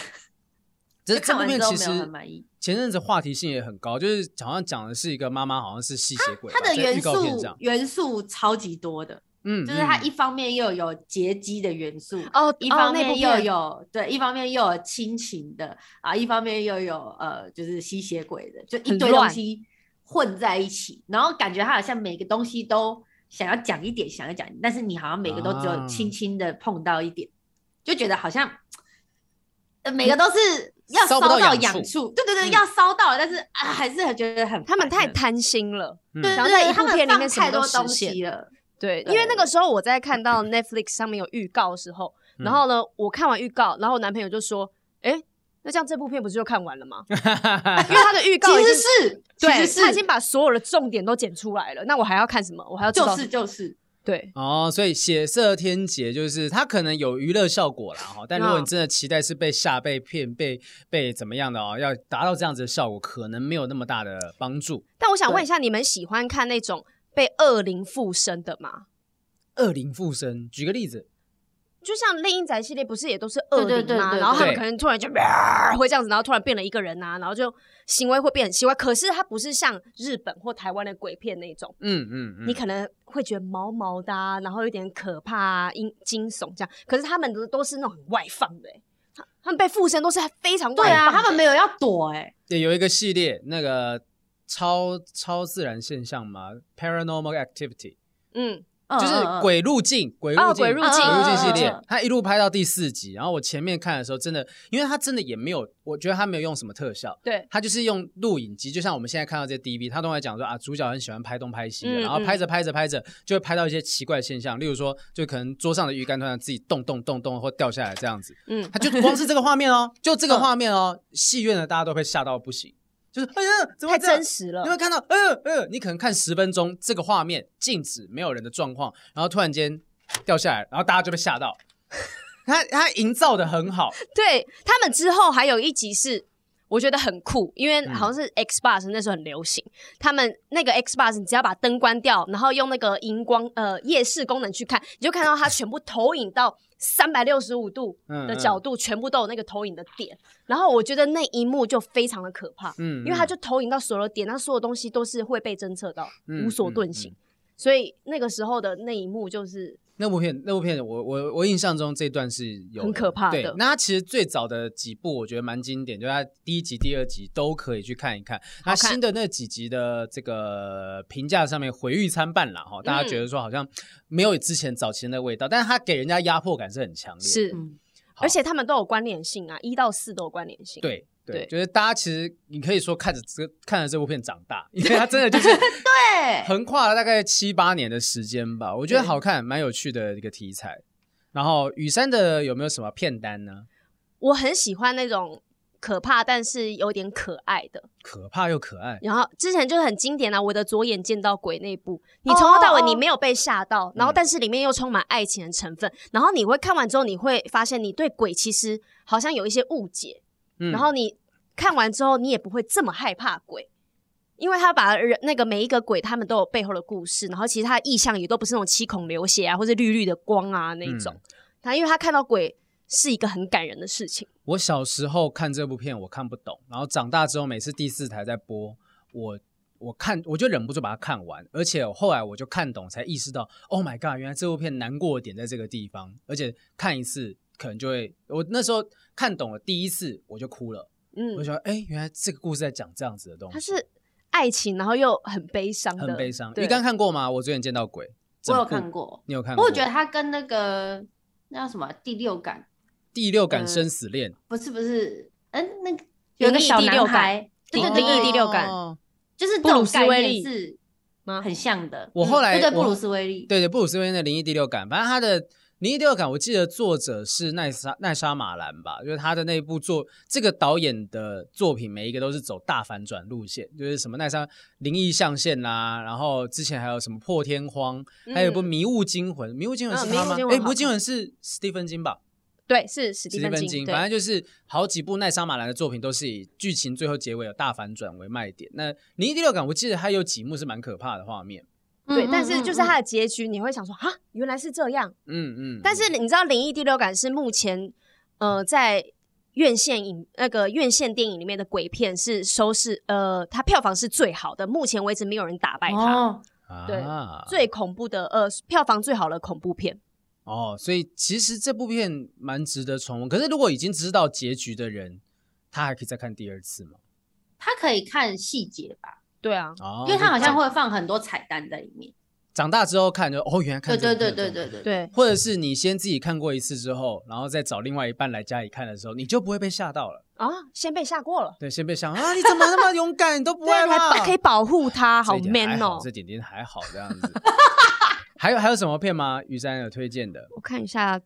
A: 只是这
C: 就看
A: 部
C: 完
A: 片
C: 之后
A: 其
C: 没有
A: 实
C: 很满意
A: 前阵子话题性也很高，就是好像讲的是一个妈妈好像是吸血鬼吧，
C: 啊它的
A: 在
C: 元
A: 预告片这
C: 素
A: 样，
C: 元素超级多的，
A: 嗯，
C: 就是它
A: 嗯
C: 一方面又有劫机的元素，
B: 哦，
C: 一
B: 哦
C: 方
B: 那部
C: 面又
B: 片
C: 有、对，一方面又有亲情的啊，一方面又有呃就是吸血鬼的，就
B: 很
C: 一堆东
B: 乱
C: 西混在一起，然后感觉它好像每个东西都想要讲一点，想要讲一点，但是你好像每个都只
A: 啊
C: 有轻轻的碰到一点，就觉得好像呃每个
B: 嗯
C: 都是。要
A: 烧
C: 烧
A: 不到痒
C: 痒
A: 处
C: 处，对对对，
A: 嗯
C: 要烧到了，但是啊，还是很觉得很
B: 他们
C: 烦
B: 太
C: 的
B: 贪心了。
A: 嗯
C: 对
B: 然后
C: 对
B: 在一
C: 他
B: 部
C: 们
B: 片里
C: 放
B: 面什么
C: 太
B: 都
C: 多
B: 实
C: 东
B: 现
C: 西了，
B: 对，
C: 对
B: 因为那个时候我在看到 Netflix 上面有预告的时候，然后呢，我看完预告，然后我男朋友就说：“哎，那这样这部片不是就看完了吗？”
A: 嗯
B: 因为他的预告
C: 其
B: 已
C: 实
B: 经
C: 是，其
B: 对
C: 实
B: 他已经
C: 是，
B: 把所有的重点都剪出来了，那我还要看什么？我还要知
C: 就
B: 道
C: 是就是，
B: 对，
A: 哦，所以血色天劫就是它可能有娱乐效果啦哈，但如
C: 嗯
A: 果你真的期待是被吓、被骗、被被怎么样的哦，要达到这样子的效果，可能没有那么大的帮助。
B: 但我想问一下，你们喜欢看那种被恶灵附身的吗？
A: 恶灵附身，举个例子，
B: 就像《猎鹰宅》系列，不是也都是恶灵吗？
C: 对对对对
B: 然后他们
A: 对
B: 可能突然就会这样子，然后突然变了一个人啊，然后就行为会变很奇怪。可是它不是像日本或台湾的鬼片那种，
A: 嗯嗯嗯，
B: 你可能会觉得毛毛的、啊，然后有点可怕、啊、阴惊悚这样。可是他们都都是那种很外放的、欸，他他们被附身都是非常
C: 对
B: 外
C: 啊，
B: 放的
C: 他们没有要躲哎、
A: 对有一个系列那个超超自然现象嘛，Paranormal Activity，
B: 嗯，
C: 嗯
A: 就是
C: 嗯嗯
A: 鬼入境，鬼入
B: 哦
A: 境，
B: 鬼入境
A: 鬼入境系列
C: 嗯嗯嗯，
A: 他一路拍到第四集。然后我前面看的时候，真的，因为他真的也没有，我觉得他没有用什么特效，
B: 对，
A: 他就是用录影机，就像我们现在看到这 DV，他都在讲说啊，主角很喜欢拍东拍西的，
B: 嗯
A: 然后拍着拍着拍着就会拍到一些奇怪的现象，例如说，就可能桌上的鱼竿突然自己动动动动或掉下来这样子，
B: 嗯
C: 嗯
A: 他就光是这个画面哦，就这个画面哦，戏院的大家都会吓到不行。就是哎呀，怎么
B: 太
A: 会这样
B: 真实了
A: 你。会看到，嗯、嗯、你可能看十分钟这个画面静止没有人的状况，然后突然间掉下来，然后大家就被吓 到。他他营造的很好，
B: 对他们之后还有一集是我觉得很酷，
A: 嗯
B: 因为好像是 X Bus 那时候很流行，他们那个 X Bus 你只要把灯关掉，然后用那个荧光呃夜视功能去看，你就看到它全部投影到三百六十五度
A: 嗯
B: 的角度，全部都有那个投影的点。然后我觉得那一幕就非常的可怕，
A: 嗯，
B: 因为它就投影到所有的点，那所有东西都是会被侦测到，
A: 嗯
B: 无所遁形。所以那个时候的那一幕就是
A: 那部片，那部片我，我我印象中这段是有
B: 很可怕的
A: 对，那它其实最早的几部我觉得蛮经典，就是它第一集、第二集都可以去看一看。那
B: 看
A: 新的那几集的这个评价上面回誉参半啦，哈，大家觉得说好像没有之前早期的那味道，但是它给人家压迫感是很强烈。
B: 是，
C: 嗯
B: 而且他们都有关联性啊，一到四都有关联性。
A: 对对，
B: 对
A: 就是大家其实你可以说看着这看着这部片长大，因为它真的 就是
C: 对，
A: 横跨了大概七八年的时间吧，我觉得
B: 对
A: 好看，蛮有趣的一个题材。然后雨山的有没有什么片单呢？
B: 我很喜欢那种可怕但是有点可爱的。
A: 可怕又可爱，
B: 然后之前就很经典啊，我的左眼见到鬼那一部，你从头到尾
C: 哦嗯
B: 你没有被吓到，然后但是里面又充满爱情的成分，然后你会看完之后，你会发现你对鬼其实好像有一些误解，
A: 嗯
B: 然后你看完之后你也不会这么害怕鬼。因为他把人那个每一个鬼，他们都有背后的故事，然后其实他的意象也都不是那种七孔流血啊，或者绿绿的光啊那
C: 嗯
B: 一种。他、因为他看到鬼是一个很感人的事情。
A: 我小时候看这部片我看不懂，然后长大之后每次第四台在播，我我看我就忍不住把它看完，而且我后来我就看懂，才意识到，Oh my god，原来这部片难过的点在这个地方，而且看一次可能就会，我那时候看懂了第一次我就哭了，我就
B: 嗯，
A: 觉得哎、诶原来这个故事在讲这样子的东
B: 他
A: 西，
B: 是爱情，然后又很悲伤的，
A: 哦很悲伤。
B: 对
A: 鱼竿看过吗？我昨天见到鬼，
C: 我有
A: 整部
C: 看，过，
A: 你有看
C: 不
A: 过？
C: 过我觉得它跟那个那叫什么啊第六感，
A: 第六感
C: 嗯
A: 生死恋，
C: 不是不是，嗯，那个有一个
B: 灵异
C: 小
B: 第六
C: 男
B: 感
C: 孩，对对
B: 灵
C: 对
B: 灵异第
C: 对，
B: 六感
A: 哦
C: 就是
B: 布
C: 这
B: 鲁
C: 种
B: 斯
C: 概
B: 威
C: 念
B: 利
C: 是
B: 吗
C: 很像的。嗯
A: 我后来
C: 对对，布
A: 我
C: 鲁斯威利，
A: 对对，布鲁斯威恩的《灵异第六感》，反正他的《灵异第六感》，我记得作者是奈莎奈莎马兰吧，就是他的那部作，这个导演的作品每一个都是走大反转路线，就是什么奈莎灵异象限啦、然后之前还有什么破天荒，还有一部《迷雾惊魂》，《迷雾惊魂》
B: 嗯
A: 是他吗？
B: 迷雾惊魂
A: 诶
B: 好
A: 迷雾惊魂》是史蒂芬金吧？
B: 对，是
A: 史
B: 史蒂
A: 蒂
B: 芬
A: 芬
B: 金，
A: 金，
B: 对
A: 反正就是好几部奈莎马兰的作品都是以剧情最后结尾有大反转为卖点。那《灵异第六感》，我记得它有几幕是蛮可怕的画面。
B: 对，
C: 嗯
B: 但是就是
C: 嗯嗯
B: 它的结局，你会想说啊，原来是这样。
A: 嗯嗯，
B: 但是你知道，《灵异第六感》是目前呃在院线影那个院线电影里面的鬼片是收视呃，它票房是最好的，目前为止没有人打败它，
C: 哦，
B: 对
A: 啊、
B: 最恐怖的呃票房最好的恐怖片。
A: 哦，所以其实这部片蛮值得重温。可是如果已经知道结局的人，他还可以再看第二次吗？
C: 他可以看细节吧，
B: 对啊，
A: 哦，
C: 因为他好像
A: 就
C: 会放很多彩蛋在里面。
A: 长大之后看就哦，原来
C: 对
A: 看
C: 对
A: 这
C: 对
A: 部片
C: 对
A: 有这
C: 对
A: 样。
C: 对，
B: 对，
A: 或者是你先自己看过一次之后，然后再找另外一半来家里看的时候，你就不会被吓到了。
B: 啊，先被吓过了，
A: 对，先被吓啊！你怎么那么勇敢？你都不
B: 对，
A: 害
B: 还
A: 怕？
B: 保可以保护他，好
A: 啊这一点还
B: man 哦、
A: 这点点还好这样子。 还有还有什么片吗？于山有推荐的？
B: 我看一下，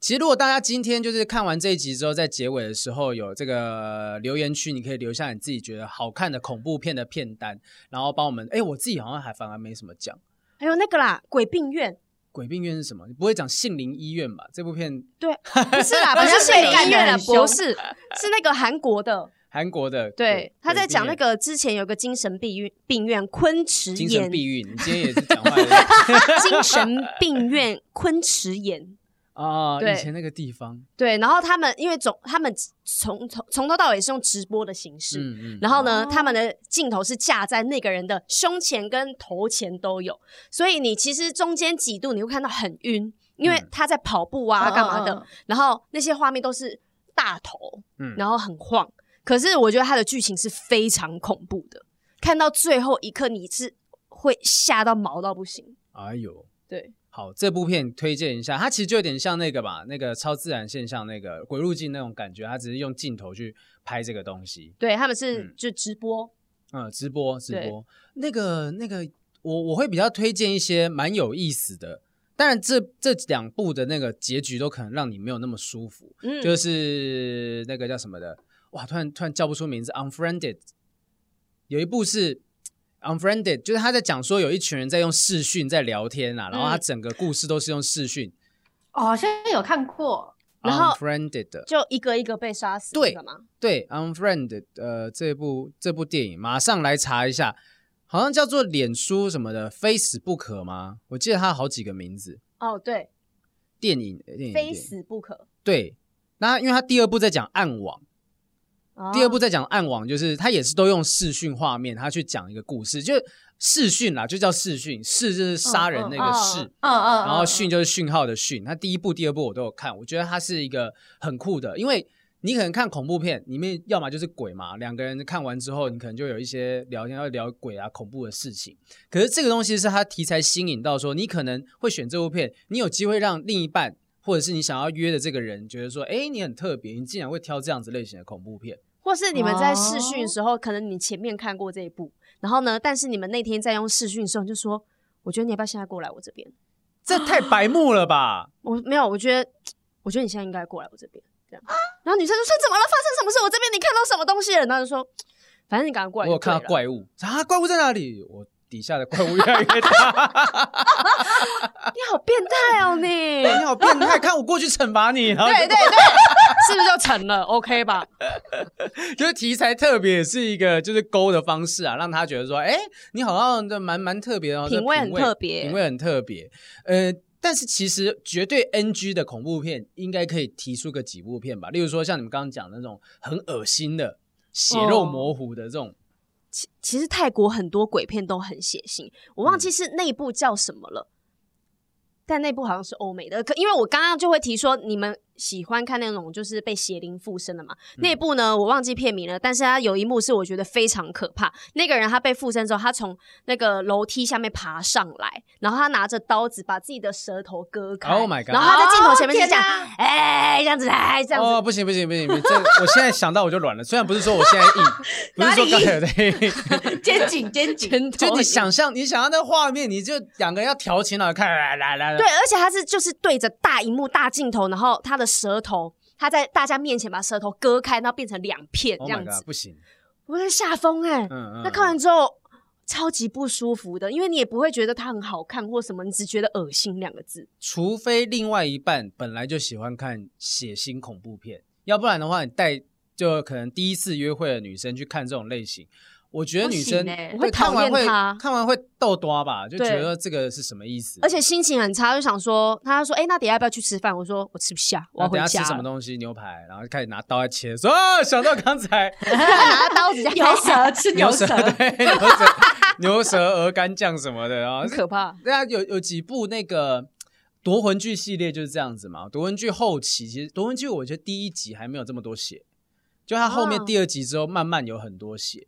A: 其实，如果大家今天就是看完这一集之后，在结尾的时候有这个留言区，你可以留下你自己觉得好看的恐怖片的片单，然后帮我们。哎，我自己好像还反而没什么讲。
B: 还有那个啦，《鬼病 院》
A: 鬼病院是什么？你不会讲杏林医院吧？这部片
B: 对，不是 啦，不是心理医院啦，博士是那个韩国的，
A: 韩国的，
B: 对，他在讲那
A: 鬼
B: 个之前有个精神病院病院昆池
A: 病院精神
B: 岩，
A: 避孕。你今天也是讲 坏了
B: 精神病院昆池岩。
A: 啊！
B: 对
A: 以前那个地方，
B: 对，然后他们因为总他们从从从头到尾是用直播的形式，
A: 嗯嗯
B: 然后呢，
C: 哦
B: 他们的镜头是架在那个人的胸前跟头前都有，所以你其实中间几度你会看到很晕，因为
A: 嗯
B: 他在跑步啊、
C: 嗯
B: 干嘛的，
C: 嗯嗯
B: 然后那些画面都是大头，
A: 嗯
B: 然后很晃。可是我觉得它的剧情是非常恐怖的，看到最后一刻你是会吓到毛到不行。
A: 哎呦，
B: 对，
A: 好，这部片推荐一下，它其实就有点像那个吧，那个超自然现象，那个鬼入境那种感觉，它只是用镜头去拍这个东西。
B: 对他们是
A: 嗯
B: 就直播，
A: 嗯，直播直
B: 对
A: 播，那个那个，我我会比较推荐一些蛮有意思的。当然这，这两部的那个结局都可能让你没有那么舒服，
B: 嗯，
A: 就是那个叫什么的，哇，突然突然叫不出名字，Unfriended，有一部是 Unfriended，就是他在讲说有一群人在用视讯在聊天啊，然
B: 嗯
A: 后他整个故事都是用视讯
C: 哦，好像有看过，
B: 然后
A: Unfriended 的。
B: 就一个一个被杀死，
A: 对
B: 干嘛？
A: 对，Unfriend，呃，这部这部电影马上来查一下，好像叫做脸书什么的，非死不可吗？我记得它有好几个名字，
B: 哦，对，
A: 电影电影
B: 非
A: 电影
B: 死不可。
A: 对。那因为它第二部在讲暗网，
B: 哦
A: 第二部在讲暗网，就是它也是都用视讯画面，它去讲一个故事，就视讯啦，就叫视讯，视就是杀人那个视。
B: 嗯
C: 嗯嗯，
A: 然后
C: 嗯
A: 讯就是讯号的讯。它第一部、第二部我都有看，我觉得它是一个很酷的，因为你可能看恐怖片里面，要么就是鬼嘛，两个人看完之后，你可能就有一些聊天要聊鬼啊、恐怖的事情。可是这个东西是它题材新颖到说，你可能会选这部片，你有机会让另一半。或者是你想要约的这个人觉得说，哎，你很特别，你竟然会挑这样子类型的恐怖片，
B: 或是你们在试
A: 哦
B: 训的时候，可能你前面看过这一部，然后呢，但是你们那天在用试训的时候，你就说，我觉得你要不要现在过来我这边？
A: 这太白目了吧？
B: 我没有，我觉得，我觉得你现在应该过来我这边。这样，然后女生就说怎么了？发生什么事？我这边你看到什么东西了？然后就说，反正你赶快过
A: 我
B: 来。
A: 有看到，怪物啊，怪物在哪里？我底下的怪物越来越大。
B: 你好变态哦 你！
A: 哎你好变态，看我过去惩罚你，然后
B: 对对对， 是不是就成了？OK 吧？
A: 就是题材特别也是一个就是勾的方式啊，让他觉得说，哎、你好像这蛮蛮特别的哦，这
B: 品味很特别
A: 品味很特别。呃，但是其实绝对 NG 的恐怖片应该可以提出个几部片吧，例如说像你们刚刚讲的那种很恶心的、血
B: 哦
A: 肉模糊的这种，
B: 其其实泰国很多鬼片都很血腥，我忘
A: 嗯
B: 记是那一部叫什么了，但那部好像是欧美的。可因为我刚刚就会提说，你们喜欢看那种就是被邪灵附身的嘛？
A: 嗯
B: 那一部呢，我忘记片名了，但是它有一幕是我觉得非常可怕。那个人他被附身之后，他从那个楼梯下面爬上来，然后他拿着刀子把自己的舌头割开
A: Oh my god
B: 然后他在镜头前面
C: 哦
B: 就讲
C: 天哪：“
B: 哎、这样子，哎，这样子。
A: 哦，不行不行不行，不行这我现在想到我就软了。虽然不是说我现在硬，不是说刚才有在 硬，
C: 肩颈 肩颈，
B: 拳头
A: 就你
B: 一
A: 想象你想象那画面，你就两个人要调情了，看来来来，
B: 对，而且他是就是对着大荧幕大镜头，然后他的舌头，他在大家面前把舌头割开，然后变成两片这
A: Oh
B: 样
A: my
B: 子
A: god，不行，
B: 我在吓疯哎！
A: 嗯嗯，
B: 那看完之后超级不舒服的，因为你也不会觉得它很好看或什么，你只觉得恶心两个字。
A: 除非另外一半本来就喜欢看血腥恐怖片，要不然的话，你带就可能第一次约会的女生去看这种类型，我觉得女生
C: 不行欸
A: 对
B: 我会
A: 看完
B: 讨
A: 会
B: 厌她
A: 看完会豆多吧，就觉
B: 对
A: 得这个是什么意思？
B: 而且心情很差，就想说，他说：“哎、那等一下要不要去吃饭？”我说：“我吃不下，我
A: 然
B: 要
A: 后
B: 回
A: 等下
B: 家
A: 吃
B: 了。
A: 什么东西，牛排，然后开始拿刀在切，说啊，想到刚 才
B: 拿 刀子这样
C: 牛 舌吃牛舌，
A: 对牛舌牛舌鹅肝酱什么的，然后
B: 很可怕。
A: 对啊，有有几部那个夺魂剧系列就是这样子嘛。夺魂剧后期，其实夺魂剧我觉得第一集还没有这么多血，就它后面
B: 啊
A: 第二集之后慢慢有很多血。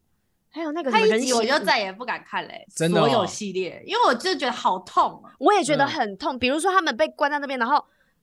B: 还有那个什
C: 他
B: 么
C: 一
B: 人
C: 集我
B: 形
C: 就再也不敢看嘞，
A: 真的哦
C: 所有系列，因为我就觉得好痛啊，
B: 我也觉得
A: 嗯
B: 很痛。比如说他们被关在那边，然后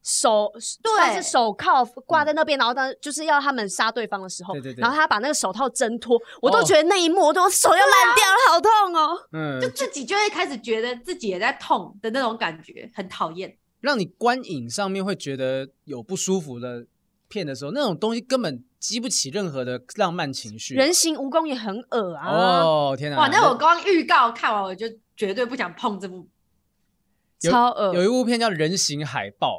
B: 手
C: 对
B: 算是手铐挂在那边，然后当就是要他们杀对方的时候，
A: 对对对
B: 然后他把那个手套挣脱，我都
A: 哦
B: 觉得那一幕，我都手要烂掉了，好痛哦！
A: 嗯
C: 就，自己就会开始觉得自己也在痛的那种感觉，很讨厌。
A: 让你观影上面会觉得有不舒服的片的时候，那种东西根本激不起任何的浪漫情绪。
B: 人形蜈蚣也很恶啊，
A: 哦，天哪！
C: 哇，那我光预告看完我就绝对不想碰这部，
A: 有
B: 超恶
A: 有一部片叫《人形海豹》，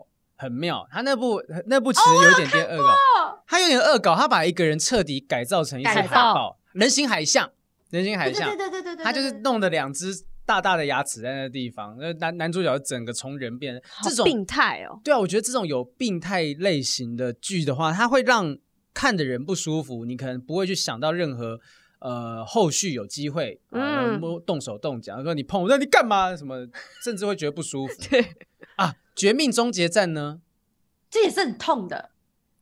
A: 很妙。他那部那部其实有一点点恶
C: 哦
A: 搞，他有点恶搞，他把一个人彻底改造成一只海
C: 改
B: 造
A: 豹，人形海象，人形海
C: 对对
A: 象
C: 对，对对对对，
A: 他就是
C: 对
A: 弄的两只大大的牙齿在那地方，那男男主角整个从人变
B: 好
A: 这种
B: 病态哦。
A: 对啊，我觉得这种有病态类型的剧的话，它会让看的人不舒服，你可能不会去想到任何呃后续有机会，呃、
B: 嗯
A: 摸动手动脚，说你碰我，那你干嘛？什么， 甚至会觉得不舒服。
B: 对，
A: 啊，《绝命终结战》呢？
C: 这也是很痛的，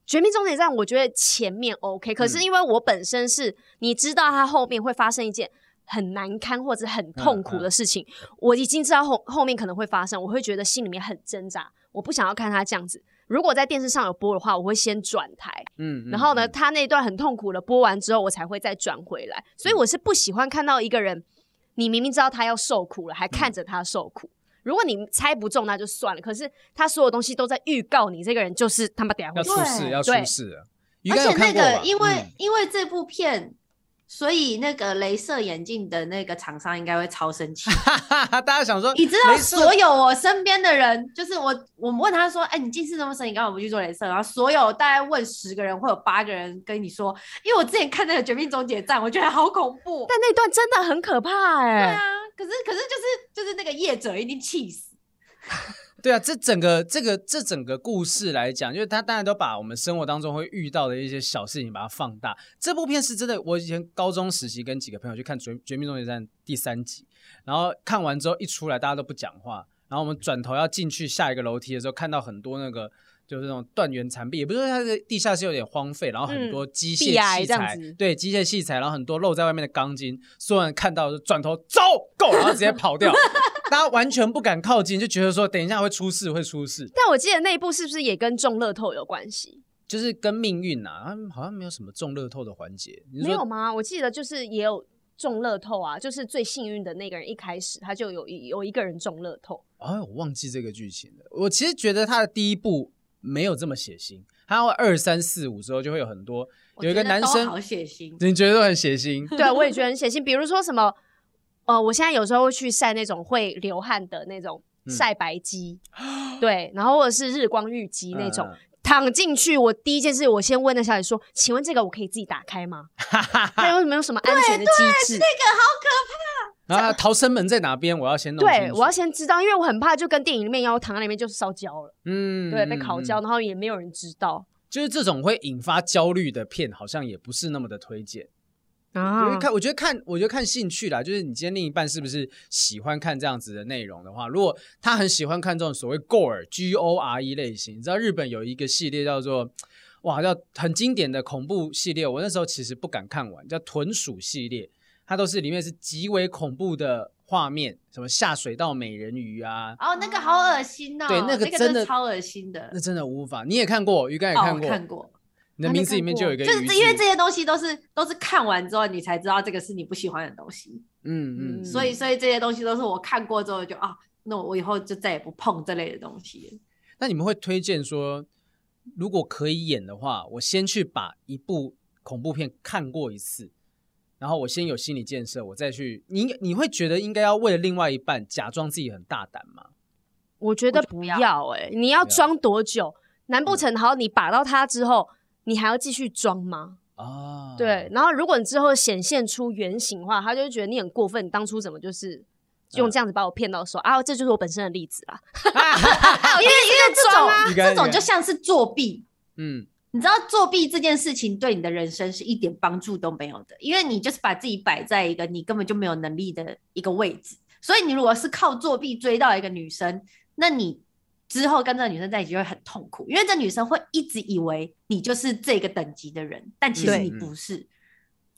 B: 绝命终结站，我觉得前面 OK，可是
A: 嗯
B: 因为我本身是，你知道它后面会发生一件很难堪或者很痛
A: 嗯
B: 苦的事情，我已经知道后后面可能会发生，我会觉得心里面很挣扎，我不想要看它这样子。如果在电视上有播的话，我会先转台，
A: 嗯，嗯
B: 然后呢，
A: 嗯
B: 他那段很痛苦的播完之后，我才会再转回来。所以
A: 嗯
B: 我是不喜欢看到一个人，你明明知道他要受苦了，还
A: 嗯
B: 看着他受苦。如果你猜不中，那就算了。可是他所有东西都在预告你，这个人就是他妈等一下会
A: 要
B: 死
A: 出事，
C: 对
A: 要出
B: 对
A: 事了。鱼
C: 而
A: 竿有
C: 且
A: 看
C: 那
A: 过吧
C: 个因为
A: 嗯
C: 因为这部片所以那个镭射眼镜的那个厂商应该会超生气。
A: 哈哈哈，大家想说，
C: 你知道
A: 镭射
C: 所有我身边的人，就是我，我问他说：“哎、你近视那么深，你干嘛不去做镭射？”然后所有大概问十个人，会有八个人跟你说，因为我之前看那个《绝命终结站》，我觉得好恐 怖。
B: 但那段真的很可怕哎、
C: 对啊，可是可是就是就是那个业者一定气死。
A: 对啊，这整个这个这整个故事来讲，就是他当然都把我们生活当中会遇到的一些小事情把它放大。这部片是真的，我以前高中时期跟几个朋友去看《绝绝命终结站》第三集，然后看完之后一出来大家都不讲话，然后我们转头要进去下一个楼梯的时候，看到很多那个。就是那种断垣残壁，也不是说它的地下室有点荒废，然后
C: 嗯
A: 很多机械
B: 壁癌
A: 器
B: 这样
A: 材，
B: 子
A: 对机械器材，然后很多露在外面的钢筋，所有人看到就转头走够，然后直接跑掉， 大家完全不敢靠近，就觉得说等一下会出事，会出事，
B: 但我记得那一部是不是也跟中乐透有关系？
A: 就是跟命运呐、啊，好像没有什么中乐透的环节。你是
B: 没有
A: 说
B: 吗？我记得就是也有中乐透啊，就是最幸运的那个人一开始他就有一有一个人中乐 透，？
A: 哎，我忘记这个剧情了。我其实觉得他的第一部没有这么血腥，他会二三四五之后就会有很多
C: 我
A: 有一个
C: 觉得
A: 男
C: 都
A: 生
C: 好，血腥，
A: 你觉得都很血腥
B: 对，啊我也觉得很写信。比如说什么，呃，我现在有时候会去晒那种会流汗的那种
A: 嗯
B: 晒 白肌，对，然后或者是日光浴肌那种。
A: 嗯嗯
B: 躺进去，我第一件事，我先问那小姐说：“请问这个我可以自己打 开吗？它有没有什么安全的机制？”
A: 然后逃生门在哪边？我要先弄清楚。
B: 对，我要先知道，因为我很怕，就跟电影里面一样，我躺在里面就是烧焦了，
A: 嗯
B: 对，被烤
A: 嗯
B: 焦，
A: 嗯
B: 然后也没有人知道
A: 就是这种会引发焦虑的片，好像也不是那么的推荐。因为
B: 啊。
A: 看，我觉得看，我觉得看兴趣啦，就是你今天另一半是不是喜欢看这样子的内容的话，如果他很喜欢看这种所谓 gore G O R E 类型，你知道日本有一个系列叫做。哇，叫很经典的恐怖系列，我那时候其实不敢看完，叫豚鼠系列，它都是里面是极为恐怖的画面，什么下水道美人鱼啊，
C: 哦，那个好恶心哦，
A: 对那
C: 那
A: 个真
C: 真
A: 的
C: 超恶心的
A: 那。真的无法。你也看过，鱼竿也
C: 哦
A: 看
C: 我
A: 过，
C: 看过，
A: 你的
B: 啊
A: 名
B: 你
A: 字里面
B: 看
A: 就有
B: 过
A: 一个
C: 就是
A: 鱼
C: 因为
A: 字
C: 这些东西都是都是看完之后你才知道这个是你不喜欢的东西，
A: 嗯嗯，
C: 所以所以这些东西都是我看过之后就啊，那我以后就再也不碰这类的东西了。
A: 那你们会推荐说，如果可以演的话，我先去把一部恐怖片看过一次，然后我先有心理建设，我再去。你应你会觉得应该要为了另外一半假装自己很大胆吗？
B: 我觉得不要哎、你要装多久？难
A: 嗯
B: 不成好你把到他之后，你还要继续装吗？
A: 啊，
B: 对，，然后如果你之后显现出原形的话，他就会觉得你很过分，你当初怎么
A: 嗯
B: 就是用这样子把我骗到手、啊？这就是我本身的例子
A: 嗯
B: 啦。
C: 因为因为这
B: 装
C: 种
B: 啊
A: 鱼竿
C: 这
A: 鱼竿
C: 种就像是作弊，
A: 嗯，
C: 你知道作弊这件事情对你的人生是一点帮助都没有的，因为你就是把自己摆在一个你根本就没有能力的一个位置。所以你如果是靠作弊追到一个女生，那你之后跟这个女生在一起就会很痛苦，因为这女生会一直以为你就是这个等级的人，但其实
B: 对
C: 你不是。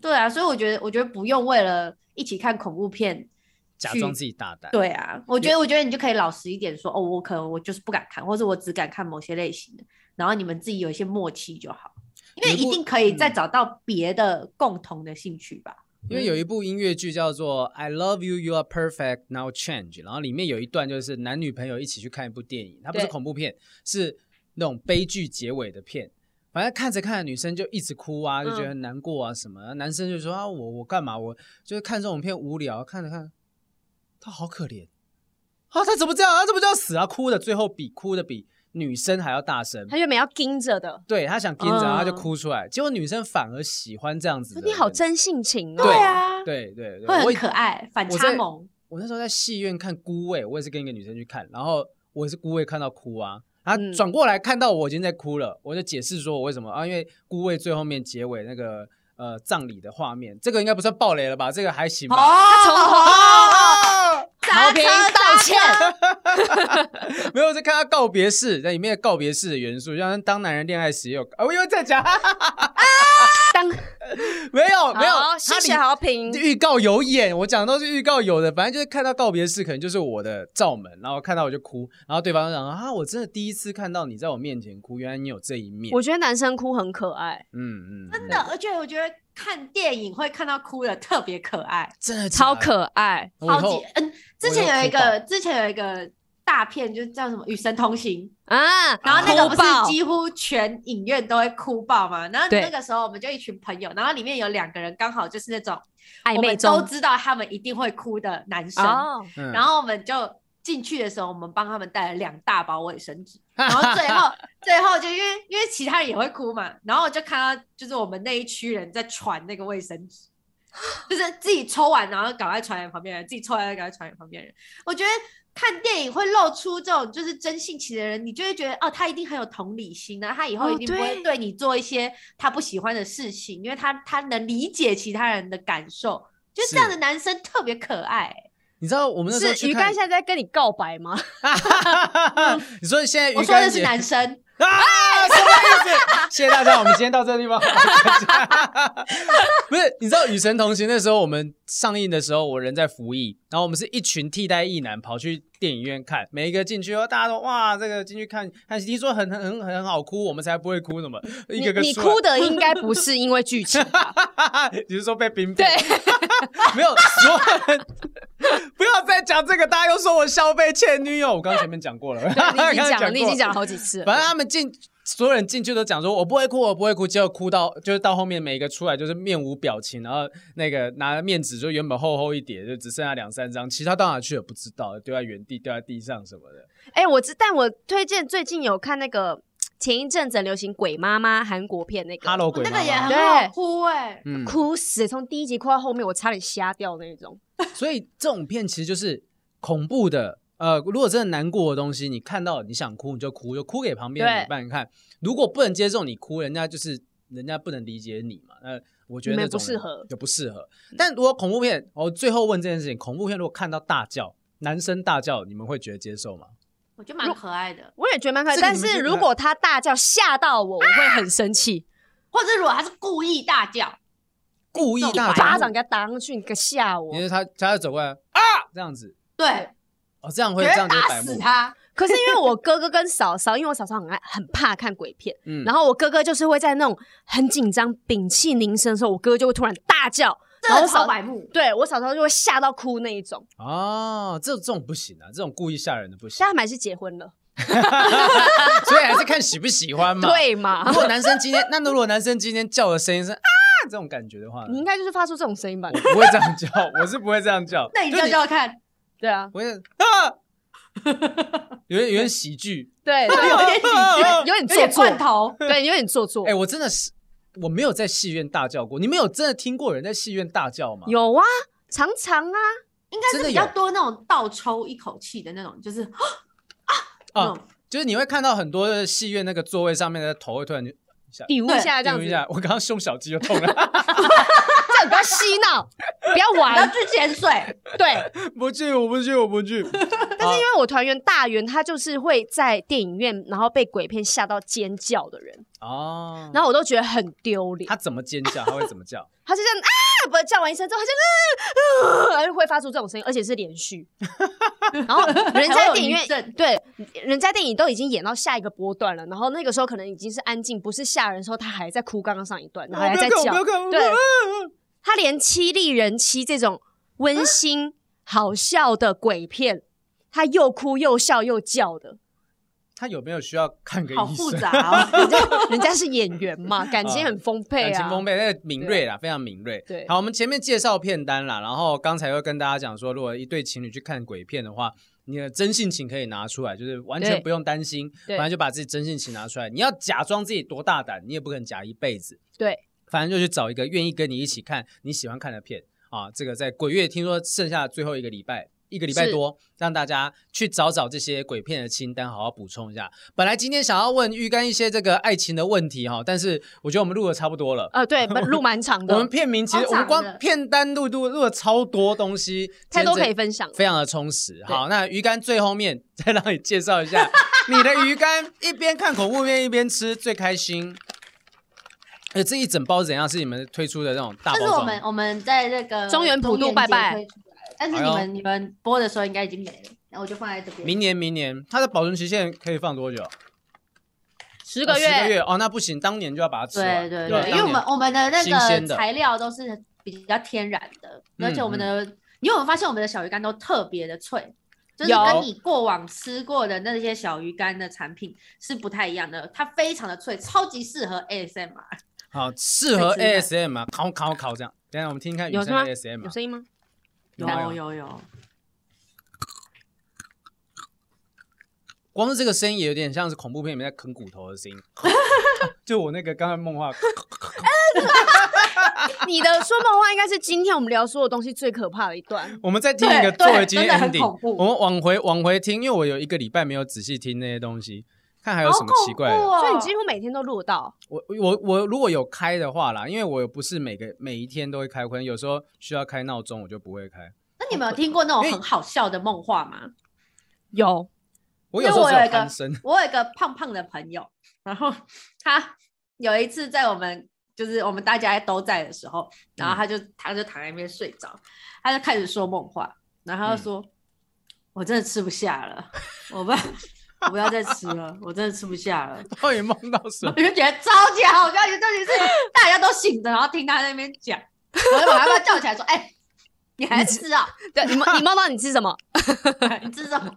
C: 对啊，所以我觉得，我觉得不用为了一起看恐怖片
A: 假
C: 去
A: 装自己大胆。
C: 对啊，我觉得，我觉得你就可以老实一点说，哦，我可能我就是不敢看，或者我只敢看某些类型的，然后你们自己有一些默契就好，因为
A: 有一
C: 一
A: 部
C: 定可以再
A: 嗯
C: 找到别的共同的兴趣吧。
A: 因为有
B: 嗯
A: 一部音乐剧叫做《I Love You, You Are Perfect, Now Change》，然后里面有一段就是男女朋友一起去看一部电影，它不是
B: 对
A: 恐怖片，是那种悲剧结尾的片。反正看着看着，女生就一直哭啊，就觉
B: 嗯
A: 得很难过啊什么。然后男生就说啊，我我干嘛？我就是看这种片无聊，看着看着，他好可怜啊，他怎么这样啊？这不叫死啊！哭的最后比哭的比女生还要大声
B: 他，原本要盯着的，
A: 对他想盯着，
B: 嗯
A: 然后他就哭出来。结果女生反而喜欢这样子的人。
B: 你好真性情哦、
A: 对
C: 啊，
A: 对对对，
C: 会
A: 我
C: 很
A: 以
C: 可爱，反
A: 我
C: 差
A: 在
C: 萌。
A: 我那时候在戏院看《孤味》，我也是跟一个女生去看，然后我也是《孤味》看到哭啊，她
B: 嗯
A: 转过来看到我已经在哭了，我就解释说我为什么啊，因为《孤味》最后面结尾那个呃葬礼的画面，这个应该不算暴雷了吧？这个还行
C: 哦
A: 吧？
C: 从
B: 好评道歉，
A: 没有，我在看他告别式，在里面的告别式的元素，像当男人恋爱时也有啊，我又在讲， 哈哈哈
B: 当
A: 没有没有
B: 好，
A: 它
B: 谢
A: 里
B: 谢好评。
A: 预告有演，我讲的都是预告有的，反正就是看到告别式，可能就是我的罩门，然后看到我就哭，然后对方就讲啊，我真的第一次看到你在我面前哭，原来你有这一面，
B: 我觉得男生哭很可爱，
A: 嗯嗯，
C: 真的，而且我觉得看电影会看到哭的特别可爱，
A: 真的假的
B: 超可爱。
A: 我以
C: 超
A: 后
C: 级嗯。之
A: 我
C: 前
A: 又
C: 有一
A: 哭爆
C: 个，之前有一个大片，就是叫什么《与神同行》，
B: 啊，
C: 然后那个
B: 哭
C: 不
B: 爆
C: 是几乎全影院都会哭爆吗？然后
B: 对
C: 那个时候我们就一群朋友，然后里面有两个人刚好就是那种
B: 暧
C: 我
B: 昧
C: 们都
B: 中
C: 知道他们一定会哭的男生，
B: 哦，
A: 嗯
C: 然后我们就进去的时候，我们帮他们带了两大包卫生纸，然后最后最后就因为因为其他人也会哭嘛，然后我就看到就是我们那一区人在传那个卫生纸，就是自己抽完然后赶快传给旁边人，自己抽完赶快传给旁边人。我觉得看电影会露出这种就是真性情的人，你就会觉得哦，他一定很有同理心啊，他以后
B: 哦
C: 一定不会
B: 对
C: 对你做一些他不喜欢的事情，因为他他能理解其他人的感受，就是这样
A: 是
C: 的男生特别可爱、
A: 你知道我们那时候
B: 是
A: 去
B: 鱼
A: 看
B: 竿现在在跟你告白吗？
A: 你说现 在鱼
C: 我
A: 竿
C: 说的是
A: 节
C: 男生，
A: 啊，什么意 思？谢谢大家，我们今天到这个地方。 不是，你知道《与神同行》那时候我们上映的时候，我人在服役，然后我们是一群替代役男跑去电影院看，每一个进去哦，大家都哇，这个进去看，看听说很很很很好哭，我们才不会哭什么， 一
B: 你
A: 个个
B: 你
A: 出
B: 哭的应该不是因为剧情吧？
A: 来，你是说被冰
B: 对
A: 变？， 没有，所有 人不要再讲这个，大家又说我消费前女友，我刚刚前面讲过了，
B: 对你已经
A: 刚
B: 讲了，
A: 刚
B: 你已
A: 过
B: 经讲了好几次
A: 反
B: 了。
A: 正他们进，所有人进去都讲说，我不会哭，我不会哭，结果哭到就是到后面每一个出来就是面无表情，然后那个拿着面纸就原本厚厚一叠，就只剩下两三张，其他到哪去了不知道，丢在原地，丢在地上什么的。
B: 哎、我知，但我推荐最近有看那个前一阵子很流行《鬼妈妈》韩国片那个。
A: Hello
C: 我
A: 鬼
C: 那
A: 妈
C: 个也
A: 妈，
C: 很好哭哎、
A: 嗯，
B: 哭死！从第一集哭到后面，我差点瞎掉那种。
A: 所以这种片其实就是恐怖的。呃，如果真的难过的东西，你看到你想哭你就哭，就哭给旁边的
B: 对
A: 女伴看。如果不能接受你哭，人家就是人家不能理解你嘛。那我觉得
B: 你们
A: 那种
B: 不适合嗯
A: 人就不适合。但如果恐怖片，我、最后问这件事情：恐怖片如果看到大叫，男生大叫，你们会觉得接受吗？
C: 我觉得蛮可爱的。
B: 我也觉得蛮可爱，
A: 这个
B: 但
A: 你们
B: 是
A: 是
B: 如果他大叫吓到我，我会很生气，
C: 或者如果他是故意大叫，
A: 故意大叫，
B: 巴掌给他打上去，你个吓我
A: 你。是他，他就走过来啊，这样子
C: 对，
A: 哦，这样
C: 绝
A: 会这
C: 对
A: 样就是
C: 打
A: 白
C: 死
A: 目。
C: 他。
B: 可是因为我哥哥跟嫂嫂，因为我嫂嫂很爱很怕看鬼片，
A: 嗯
B: 然后我哥哥就是会在那种很紧张、屏气凝神的时候，我哥就会突然大叫，
C: 真
B: 然后
C: 的
B: 我
C: 超
B: 嫂
C: 白目，
B: 对我嫂嫂就会吓到哭那一种。
A: 哦，这这种不行啊，这种故意吓人的不行
B: 但，他们还是结婚了，
A: 所以还是看喜不喜欢嘛。
B: 对啊嘛
A: 如？果男生今天，那如果男生今天叫的声音是啊这种感觉的话，
B: 你应
A: 我
B: 该就是发出这种声音吧？
A: 不会这样叫，我是不会这样 叫。
C: 那你叫叫看，
B: 对啊，
A: 我也啊，有点有点喜剧。
B: 对，
C: 有
B: 对
C: 点喜剧，
B: 有点
C: 有
B: 做
C: 点
B: 作，
C: 罐头。
B: 对，有点做作
A: 哎、。我真的是我没有在戏院大叫过，你们有真的听过有人在戏院大叫吗？，
B: 有啊，常常啊，
C: 应该
A: 真
C: 是
A: 的
C: 比
A: 有
C: 较多那种倒抽一口气的那种，就是啊
A: 啊
C: 那种
A: 就是你会看到很多的戏院那个座位上面的头会突然就
B: 丢一下这
A: 丢
B: 样子，
A: 一下，我刚刚胸小肌就痛了，
B: 这样不要嬉闹，不要
C: 不要
B: 玩。
C: 去 潜水，
B: 对，
A: 不去，我不去，我不去。但是
B: 因为我团员大圆他就是会在电影院，然后被鬼片吓到尖叫的人，
A: 哦，
B: 然后我都觉得很丢脸
A: 他。怎么尖叫？他会怎么 叫？
B: 他就这样啊，不是叫完一声之后，他就、呃呃、会发出这种声音，而且是连续。 然后人
C: 还
B: 家
C: 有
B: 电影
C: 余震
B: 院对，人家电影都已经演到下一个波段了，然后那个时候可能已经是安静，不是吓人的时候，他还在哭刚刚上一段，然后还在
A: 我不要看，啊我不要。
B: 叫
A: 看，我不
B: 对
A: 要看。，
B: 他连《七力人妻》这种温
A: 啊
B: 馨好笑的鬼片，他又哭又笑又叫的，
A: 他有没有需要看个医生？
C: 好复杂 哦。
B: 人家人家是演员嘛，感情很丰沛啊，
A: 感情丰沛，那个敏锐啦，非常敏锐。
B: 对
A: 好，我们前面介绍片单啦，然后刚才又跟大家讲说，如果一对情侣去看鬼片的话，你的真性情可以拿出来，就是完全
B: 对
A: 不用担心，
B: 对
A: 反正就把自己真性情拿出来。你要假装自己多大胆，你也不可能假一辈子，
B: 对，
A: 反正就去找一个愿意跟你一起看你喜欢看的片啊。这个在鬼月听说剩下最后一个礼拜。一个礼拜
B: 是
A: 多，让大家去找找这些鬼片的清单，好好补充一下。本来今天想要问玉干一些这个爱情的问题哈，但是我觉得我们录的差不多了，
B: 呃，对，路蛮长
A: 我们
B: 的，
A: 片名其实
C: 嗯超
A: 我们
C: 长的
A: 光片单录录录了超多东西，
B: 太多
A: 简直
B: 可以分享了。
A: 非常的充实。好，那鱼竿最后面再让你介绍一下你的鱼竿，一边看恐怖片一边吃最开心。呃，这一整包怎样？是你们推出的那种大
C: 这
A: 包
C: 是我
A: 装？
C: 们我们在那个
B: 中原普渡
C: 中元节
B: 拜拜
C: 推出来的，但是你
A: 哎
C: 们你们播的时候应该已经没了，然后我就放在这边。
A: 明年明年它的保存期限可以放多久？
B: 十
A: 十
B: 个
A: 十个
B: 月，
A: 月哦，那不行，当年就要把它吃
C: 对
A: 完。
C: 对
A: 吧
C: 对，因为我
A: 当
C: 们
A: 年
C: 我们的那
A: 新鲜
C: 个
A: 的
C: 材料都是比较天然的，
A: 嗯
C: 而且我们的，你有没有发现我们的小鱼干都特别的脆？就是
B: 有
C: 跟你过往吃过的那些小鱼干的产品是不太一样的，它非常的脆，超级适合 ASMR。
A: 好，适合
C: 再
A: ASM 啊，烤烤烤这样。等一下我们听听看雨
B: 有
A: 山
B: 声
A: 的 ASM
B: 吗？有
A: 啊，
B: 声音吗？
A: 有啊
C: 有
A: 有
C: 有有，
A: 光是这个声音也有点像是恐怖片里面在啃骨头的 声音，就我那个刚才梦话，
B: 你的说梦话应该是今天我们聊所有东西最可怕的一段。
A: 我们再听一个 作
C: 对
A: 为
C: 对
A: 今天
C: 真的很
A: ending，
C: 恐怖
A: 我们往回往回听，因为我有一个礼拜没有仔细听那些东西，看还有
C: 好
A: 什么
C: 恐
A: 奇
C: 怖
A: 怪的。
B: 所以
C: 哦
B: 你！几乎每天都录到，
A: 我我我如果有开的话啦，因为我不是每个每一天都会开，可能有时候需要开闹钟，我就不会开。
C: 那你们有听过那种
A: 因为
C: 很好笑的梦话吗？
B: 有
A: 我
C: 因
A: 有时
C: 为
A: 候
C: 我
A: 只
C: 有一
A: 有
C: 个
A: 鼾声，
C: 我有一个胖胖的朋友，然后 他有一次在我们就是我们大家都在的时候，然后他就、他就躺在那边睡着，他就开始说梦话，然后他就说：“我真的吃不下了，我不我不要再吃了，我真的吃不下了。”
A: 到底梦到什
C: 我
A: 么？
C: 就觉得超级好笑，尤其是大家都醒着，然后听他在那边讲，我就把他叫起来说：“哎、你还吃啊？
B: 对，你梦你梦到你吃什 么？
C: 你吃什么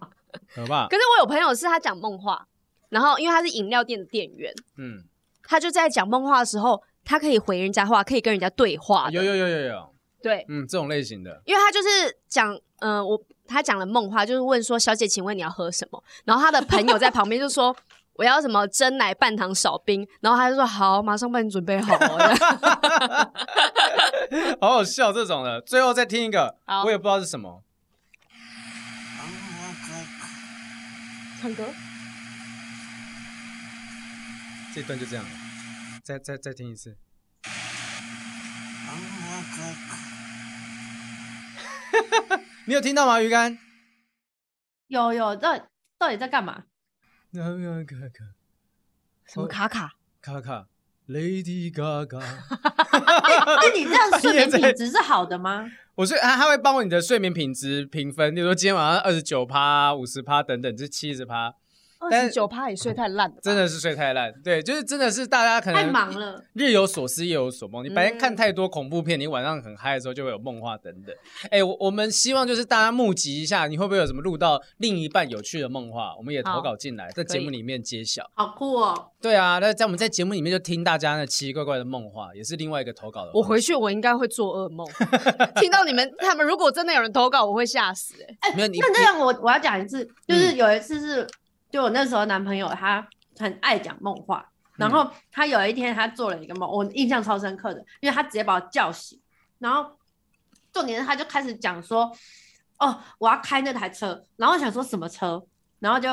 A: 可怕
B: 可。是我有朋友是他讲梦话，然后因为他是饮料店的店员，
A: 嗯，
B: 他就在讲梦话的时候，他可以回人家话，可以跟人家对话的。
A: 有有有有有，
B: 对，
A: 嗯，这种类型的，
B: 因为他就是讲，嗯、我他讲了梦话，就是问说，小姐，请问你要喝什么？然后他的朋友在旁边就说。 我要什么真奶半糖少冰，然后他就说好，马上帮你准备好哦。
A: 好好笑这种的。最后再听一个
B: 好，
A: 我也不知道是什么。
B: 唱歌，
A: 这段就这样了，再再再听一次。你有听到吗，鱼竿？？”
C: 有有，到底到底在干 嘛？
A: 卡卡
B: 什么卡卡？
A: 卡卡，Lady Gaga，
C: 那哎你这样睡眠
A: 你也在
C: 品质是好的吗？
A: 我是他他会帮我你的睡眠品质评分，例如说今天晚上二十九趴、五十趴等等，这七十趴，
B: 二
A: 但
B: 十九趴也睡太烂了吧，
A: 真的是睡太烂。对，就是真的是大家可能
C: 太忙了，
A: 日有所思，夜有所梦。你白天
B: 嗯
A: 看太多恐怖片，你晚上很嗨的时候就会有梦话等等。哎、我我们希望就是大家募集一下，你会不会有什么录到另一半有趣的梦话？我们也投稿进来，在
B: 可以
A: 节目里面揭晓。
C: 好酷哦！
A: 对啊，那在我们在节目里面就听大家那奇奇怪怪的梦话，也是另外一个投稿的。
B: 我回，去我应该会做噩 梦，听到你们他们如果真的有人投稿，我会吓死、欸。
C: 哎、
A: 没有你
C: 那这样我我要讲一次，
A: 嗯
C: 就是有一次是，就我那时候男朋友他很爱讲梦话，
A: 嗯
C: 然后他有一天他做了一个梦，我印象超深刻的，因为他直接把我叫醒，然后重点是他就开始讲说，哦，我要开那台车，然后我想说什么车，然后就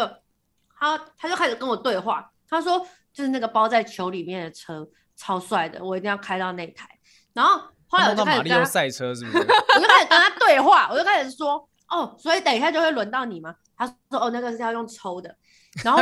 C: 他他就开始跟我对话，他说就是那个包在球里面的车超帅的，我一定要开到那台，然后后来
A: 他梦到
C: 我就开始
A: 马
C: 跟
A: 里
C: 他
A: 奥赛车是不是？
C: 我就开始跟他对话，我就开始说，哦，所以等一下就会轮到你吗？他说，哦，那个是要用抽的。然后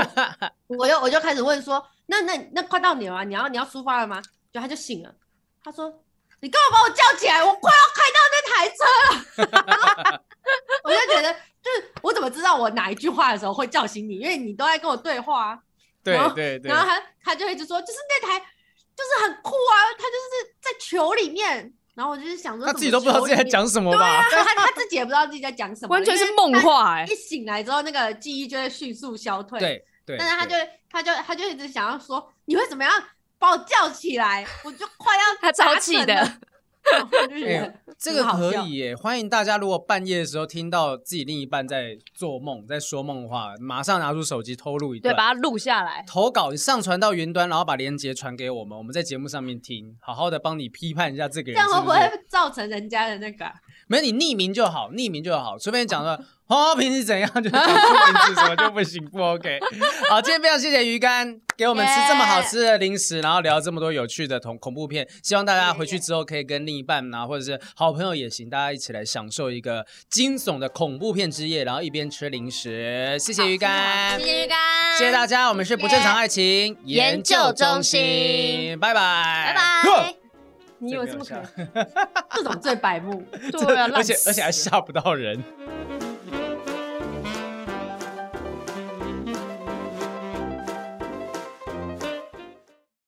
C: 我又我就开始问说，那那那快到你了吗？你要你要出发了吗？就他就醒了，他说，你干嘛把我叫起来？我快要开到那台车了。 我就觉得，就是我怎么知道我哪一句话的时候会叫醒你？因为你都在跟我对话、啊。
A: 对
C: 然后
A: 对对
C: 然，后他他就一直说，就是那台，就是很酷啊，他就是在球里面。然后我就是想说，
A: 他自己都不知道自己在
C: 讲。
A: 讲什么吧？
C: 对啊他他自己也不知道自己在讲什么，
B: 完全是梦话哎、
C: 因为他一醒来之后，那个记忆就会迅速消退。，
A: 对对，
C: 但是他就
A: 对
C: 他就他就一直想要说，你会怎么样把我叫起来？我就快要
B: 他超
C: 达
B: 气
C: 成
B: 的
C: 了。然后我就
A: 哎
C: 觉得
A: 这个
C: 很好
A: 可
C: 笑
A: 以耶，欢迎大家如果半夜的时候听到自己另一半在做梦、在说梦的话，马上拿出手机偷录一
B: 对，
A: 段，
B: 把它录下来。
A: 投稿上传到云端，然后把链接传给我们，我们在节目上面听，好好的帮你批判一下这个人
C: 这样
A: 是
C: 会不
A: 是。
C: 会造成人家的那个啊、
A: 没有你匿名就好，匿名就好，随便讲 的。黄浩平是怎样，就讲出名字什么就不行，不 OK。好，今天非常谢谢鱼竿给我们吃这么好吃的零食，然后聊这么多有趣的恐恐怖片，希望大家回去之后可以跟另一半啊，或者是好朋友也行，大家一起来享受一个惊悚的恐怖片之夜，然后一边吃零食。谢谢鱼竿，
B: 啊谢鱼干
A: 谢谢大家，我们是不正常爱情
B: 研究中心
A: 心，拜拜，拜
B: 拜拜。你
A: 你
B: 有这么可
A: 爱？
C: 这种最白目。
B: 对 啊，
A: 而
B: 烂
A: 且而且还
B: 死
A: 吓不到人。